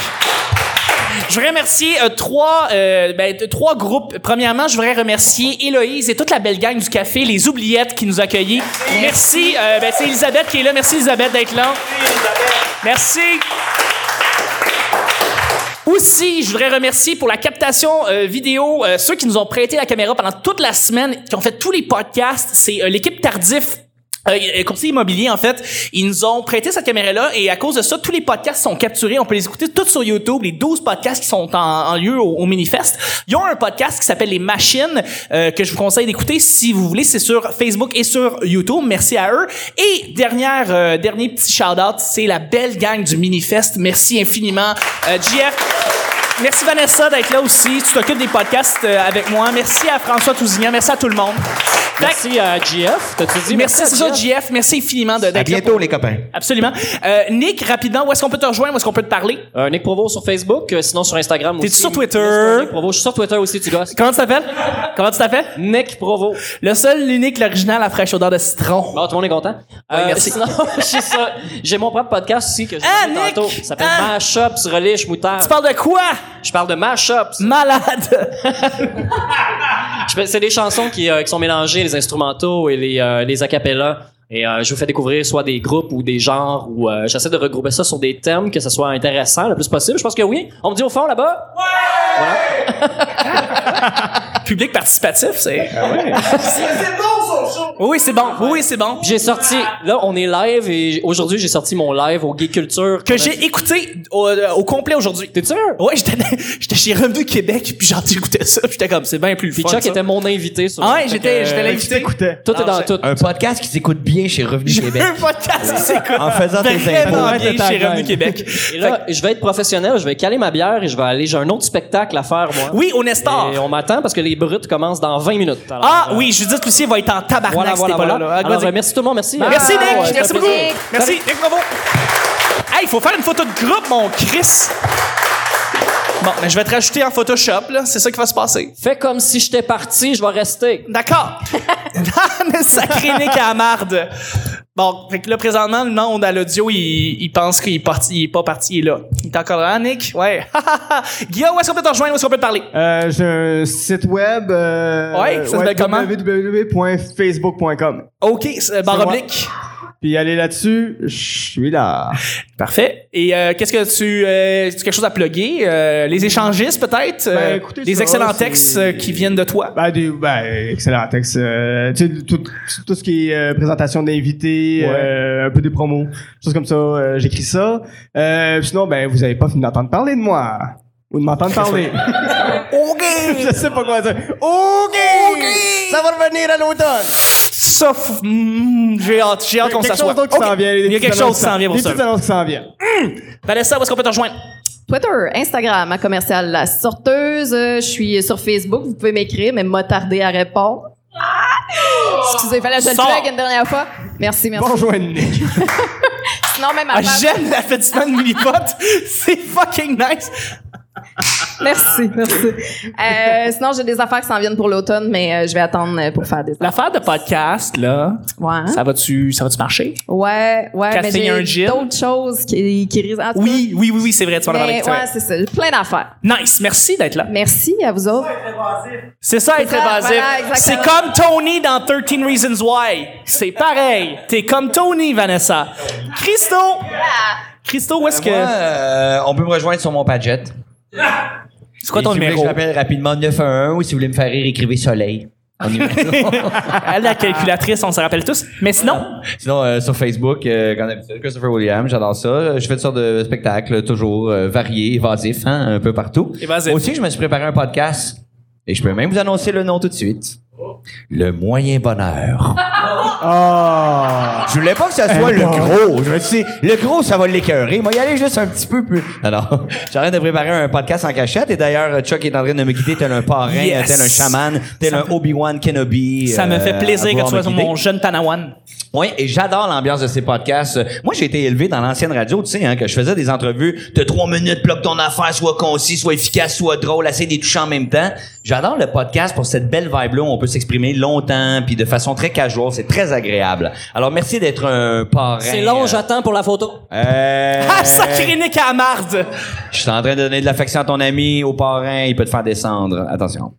Je voudrais remercier euh, trois, euh, ben, t- trois groupes. Premièrement, je voudrais remercier Héloïse et toute la belle gang du café, les oubliettes qui nous ont accueillis. Merci. euh, ben, c'est Elisabeth qui est là. Merci Elisabeth d'être là. Merci. Aussi, je voudrais remercier pour la captation euh, vidéo euh, ceux qui nous ont prêté la caméra pendant toute la semaine, qui ont fait tous les podcasts. C'est euh, l'équipe Tardif. Euh, euh, conseiller immobilier, en fait, ils nous ont prêté cette caméra-là et à cause de ça, tous les podcasts sont capturés. On peut les écouter tous sur YouTube, les 12 podcasts qui sont en, en lieu au, au Minifest. Ils ont un podcast qui s'appelle Les Machines euh, que je vous conseille d'écouter si vous voulez. C'est sur Facebook et sur YouTube. Merci à eux. Et dernière, euh, dernier petit shout-out, c'est la belle gang du Minifest. Merci infiniment. Euh, JF, Merci Vanessa d'être là aussi. Tu t'occupes des podcasts euh, avec moi. Merci à François Tousignan. Merci à tout le monde. Fait que- Merci à GF. T'as-tu dit merci, c'est ça, GF? JF. Merci infiniment de- À d'être là. bientôt, les copains. Absolument. Euh, Nick, rapidement, où est-ce qu'on peut te rejoindre? Où est-ce qu'on peut te parler? Euh, Nick Provo sur Facebook, euh, sinon sur Instagram aussi. ben, sur Twitter? Nick Provo. Je suis sur Twitter aussi, tu gosses. Comment tu t'appelles? Comment tu t'appelles? Nick Provo. Le seul, l'unique, l'original, la fraîche odeur de citron. Bon, tout le monde est content. Euh, merci. Sinon, j'ai ça. J'ai mon propre podcast aussi que je Ah, vais Nick! tantôt. Ça s'appelle Ah! Mashups, Relish, Moutarde. Tu parles de quoi? Je parle de Mashups. Malade! Je fais- C'est des chansons qui, euh, qui sont mélangées, les instrumentaux et les, euh, les acapellas. Et euh, je vous fais découvrir soit des groupes ou des genres ou euh, j'essaie de regrouper ça sur des thèmes que ça soit intéressant le plus possible. Je pense que oui. On me dit au fond là-bas. Public participatif, c'est. Oui, c'est bon, oui, c'est bon. J'ai sorti. Là, on est live et aujourd'hui j'ai sorti mon live au Gay Culture Que j'ai Oh, écouté au, euh, au complet aujourd'hui. T'es sûr? Ouais, j'étais j'étais chez Revenu Québec, puis j'en écoutais ça, puis j'étais comme, c'est bien plus Puis fun. Chuck ça. était Euh, mon invité sur. Ah ouais, j'étais j'étais Fait que l'invité. t'écoutais. Tout est Non, dans j'ai- tout. Un podcast qui s'écoute bien chez Revenu Québec. Un podcast, c'est quoi? En faisant tes Vraiment impôts. bien ta chez gang. Revenu Québec. Et là, je vais être professionnel, je vais caler ma bière et je vais aller. J'ai un autre spectacle à faire, moi. Oui, au Nestor. Et on m'attend parce que les brutes commencent dans 20 minutes. Alors, Ah euh, oui, Judith Lucie va être en tabarnak Voilà, si voilà, t'es pas voilà. là, là. Ah, Alors, vas-y. Ah, euh, merci tout le monde, merci. Merci Nick, Ouais, merci ça fait beaucoup. plaisir. Merci Nick, bravo. Hey, il faut faire une photo de groupe, mon Chris. Bon, mais je vais te rajouter en Photoshop, là. C'est ça qui va se passer. Fais comme si j'étais parti, je vais rester. D'accord. mais sacré Nick à la marde. Bon, fait que là, présentement, le monde à l'audio, il, il pense qu'il est parti, il est pas parti, il est là. Il est encore là, hein, Nick? Ouais. Guillaume, où est-ce qu'on peut te rejoindre? Où est-ce qu'on peut te parler? Euh, j'ai un site web. Euh, Ouais, ça s'appelle comment? www.facebook.com. OK, c'est- euh, barre moi. oblique. Puis allez là-dessus, je suis là. Parfait. Et euh, qu'est-ce que tu as quelque chose à plugger Euh, Les échangistes peut-être Euh, Ben, écoutez Les ça, excellents c'est- textes euh, qui viennent de toi. Ben, des, ben, excellent texte. Euh, tu sais, tout, tout ce qui est euh, présentation d'invités, euh, un peu des promos, choses comme ça, euh, j'écris ça. Euh, sinon, ben, vous avez pas fini d'entendre parler de moi. Ou de m'entendre parler. OK. je sais pas quoi dire. OK! Ça va revenir à l'automne. Sauf hmm, j'ai hâte, j'ai hâte qu'on quelque s'assoie. chose d'autre qui OK. s'en vient. Il y a quelque chose qui s'en vient Des pour ça. petites annonces qui s'en viennent. Vanessa, où est-ce qu'on peut te rejoindre Twitter, Instagram, à commercial la sorteuse. Euh, Je suis sur Facebook. Vous pouvez m'écrire, mais me tarder à répondre. Ah! Excusez, fallait que je le Sors. plug une dernière fois. Merci, merci. Bonjour, Nick. Sinon, même à Ah, page- J'aime la petite fan Millipot. C'est fucking nice. Merci, merci. Euh, sinon, j'ai des affaires qui s'en viennent pour l'automne, mais euh, je vais attendre euh, pour faire des affaires. L'affaire de podcast là, Ouais, hein? ça va-tu ça va-tu marcher ouais, ouais. T'as Mais signé un j'ai gin? d'autres choses qui, qui risquent. en tout Oui, oui, oui, oui, c'est vrai, tu cas, en as Ben, parlé. Mais, c'est vrai. ouais, c'est ça. Plein d'affaires. Nice, merci d'être là. Merci à vous autres. C'est ça être C'est ça, évasif. voilà, exactement. c'est comme Tony dans 13 Reasons Why. C'est pareil. T'es comme Tony, Vanessa. Christo! Christo, où est-ce que. Euh, on peut me rejoindre sur mon Padget. C'est quoi ton si vous voulez numéro? que je l'appelle rapidement 911 ou si vous voulez me faire rire, écrivez soleil. On y va. À la calculatrice, on se rappelle tous. Mais sinon, Sinon, euh, sur Facebook, euh, comme d'habitude, Christopher Williams, j'adore ça. Euh, Je fais toutes sortes de spectacles, toujours euh, variés, évasifs, hein, un peu partout. Évasif. Aussi, je me suis préparé un podcast et je peux même vous annoncer le nom tout de suite. Le moyen bonheur. Ah! Je voulais pas que ça soit Eh le ben. gros. Je me suis dit, le gros, ça va l'écœurer. Moi, y aller juste un petit peu plus. Alors, Ah j'arrête de préparer un podcast en cachette. Et d'ailleurs, Chuck est en train de me guider tel un parrain, Yes. tel un chaman, tel Ça un Obi-Wan Kenobi. euh, ça me fait plaisir que tu sois mon jeune Panawan. Oui, et j'adore l'ambiance de ces podcasts. Euh, Moi, j'ai été élevé dans l'ancienne radio, tu sais, hein, que je faisais des entrevues de trois minutes, bloque ton affaire, soit concis, soit efficace, soit drôle, assez détouchant en même temps. J'adore le podcast pour cette belle vibe-là où on peut s'exprimer longtemps, puis de façon très casual. C'est très agréable. Alors, merci d'être un parrain. C'est long, euh, j'attends pour la photo. euh, Ah, sacré Nick à la marde! Je suis en train de donner de l'affection à ton ami, au parrain, il peut te faire descendre. Attention.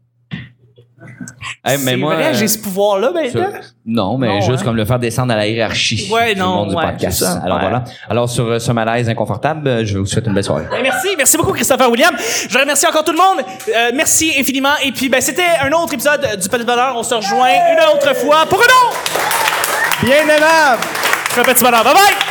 Hey, C'est vrai, euh, j'ai ce pouvoir-là ben, maintenant. sur- non, mais Non, juste hein? comme le faire descendre à la hiérarchie Ouais, du non, monde du ouais, podcast. c'est ça. Alors Ouais. voilà. Alors sur euh, ce malaise inconfortable, euh, je vous souhaite une belle soirée. Ben, Merci, merci beaucoup Christopher William. Je remercie encore tout le monde. Euh, merci infiniment. Et puis, ben, c'était un autre épisode du Petit Bonheur. On se rejoint une autre fois pour un autre. Bien aimable! Un petit bonheur. Bye bye!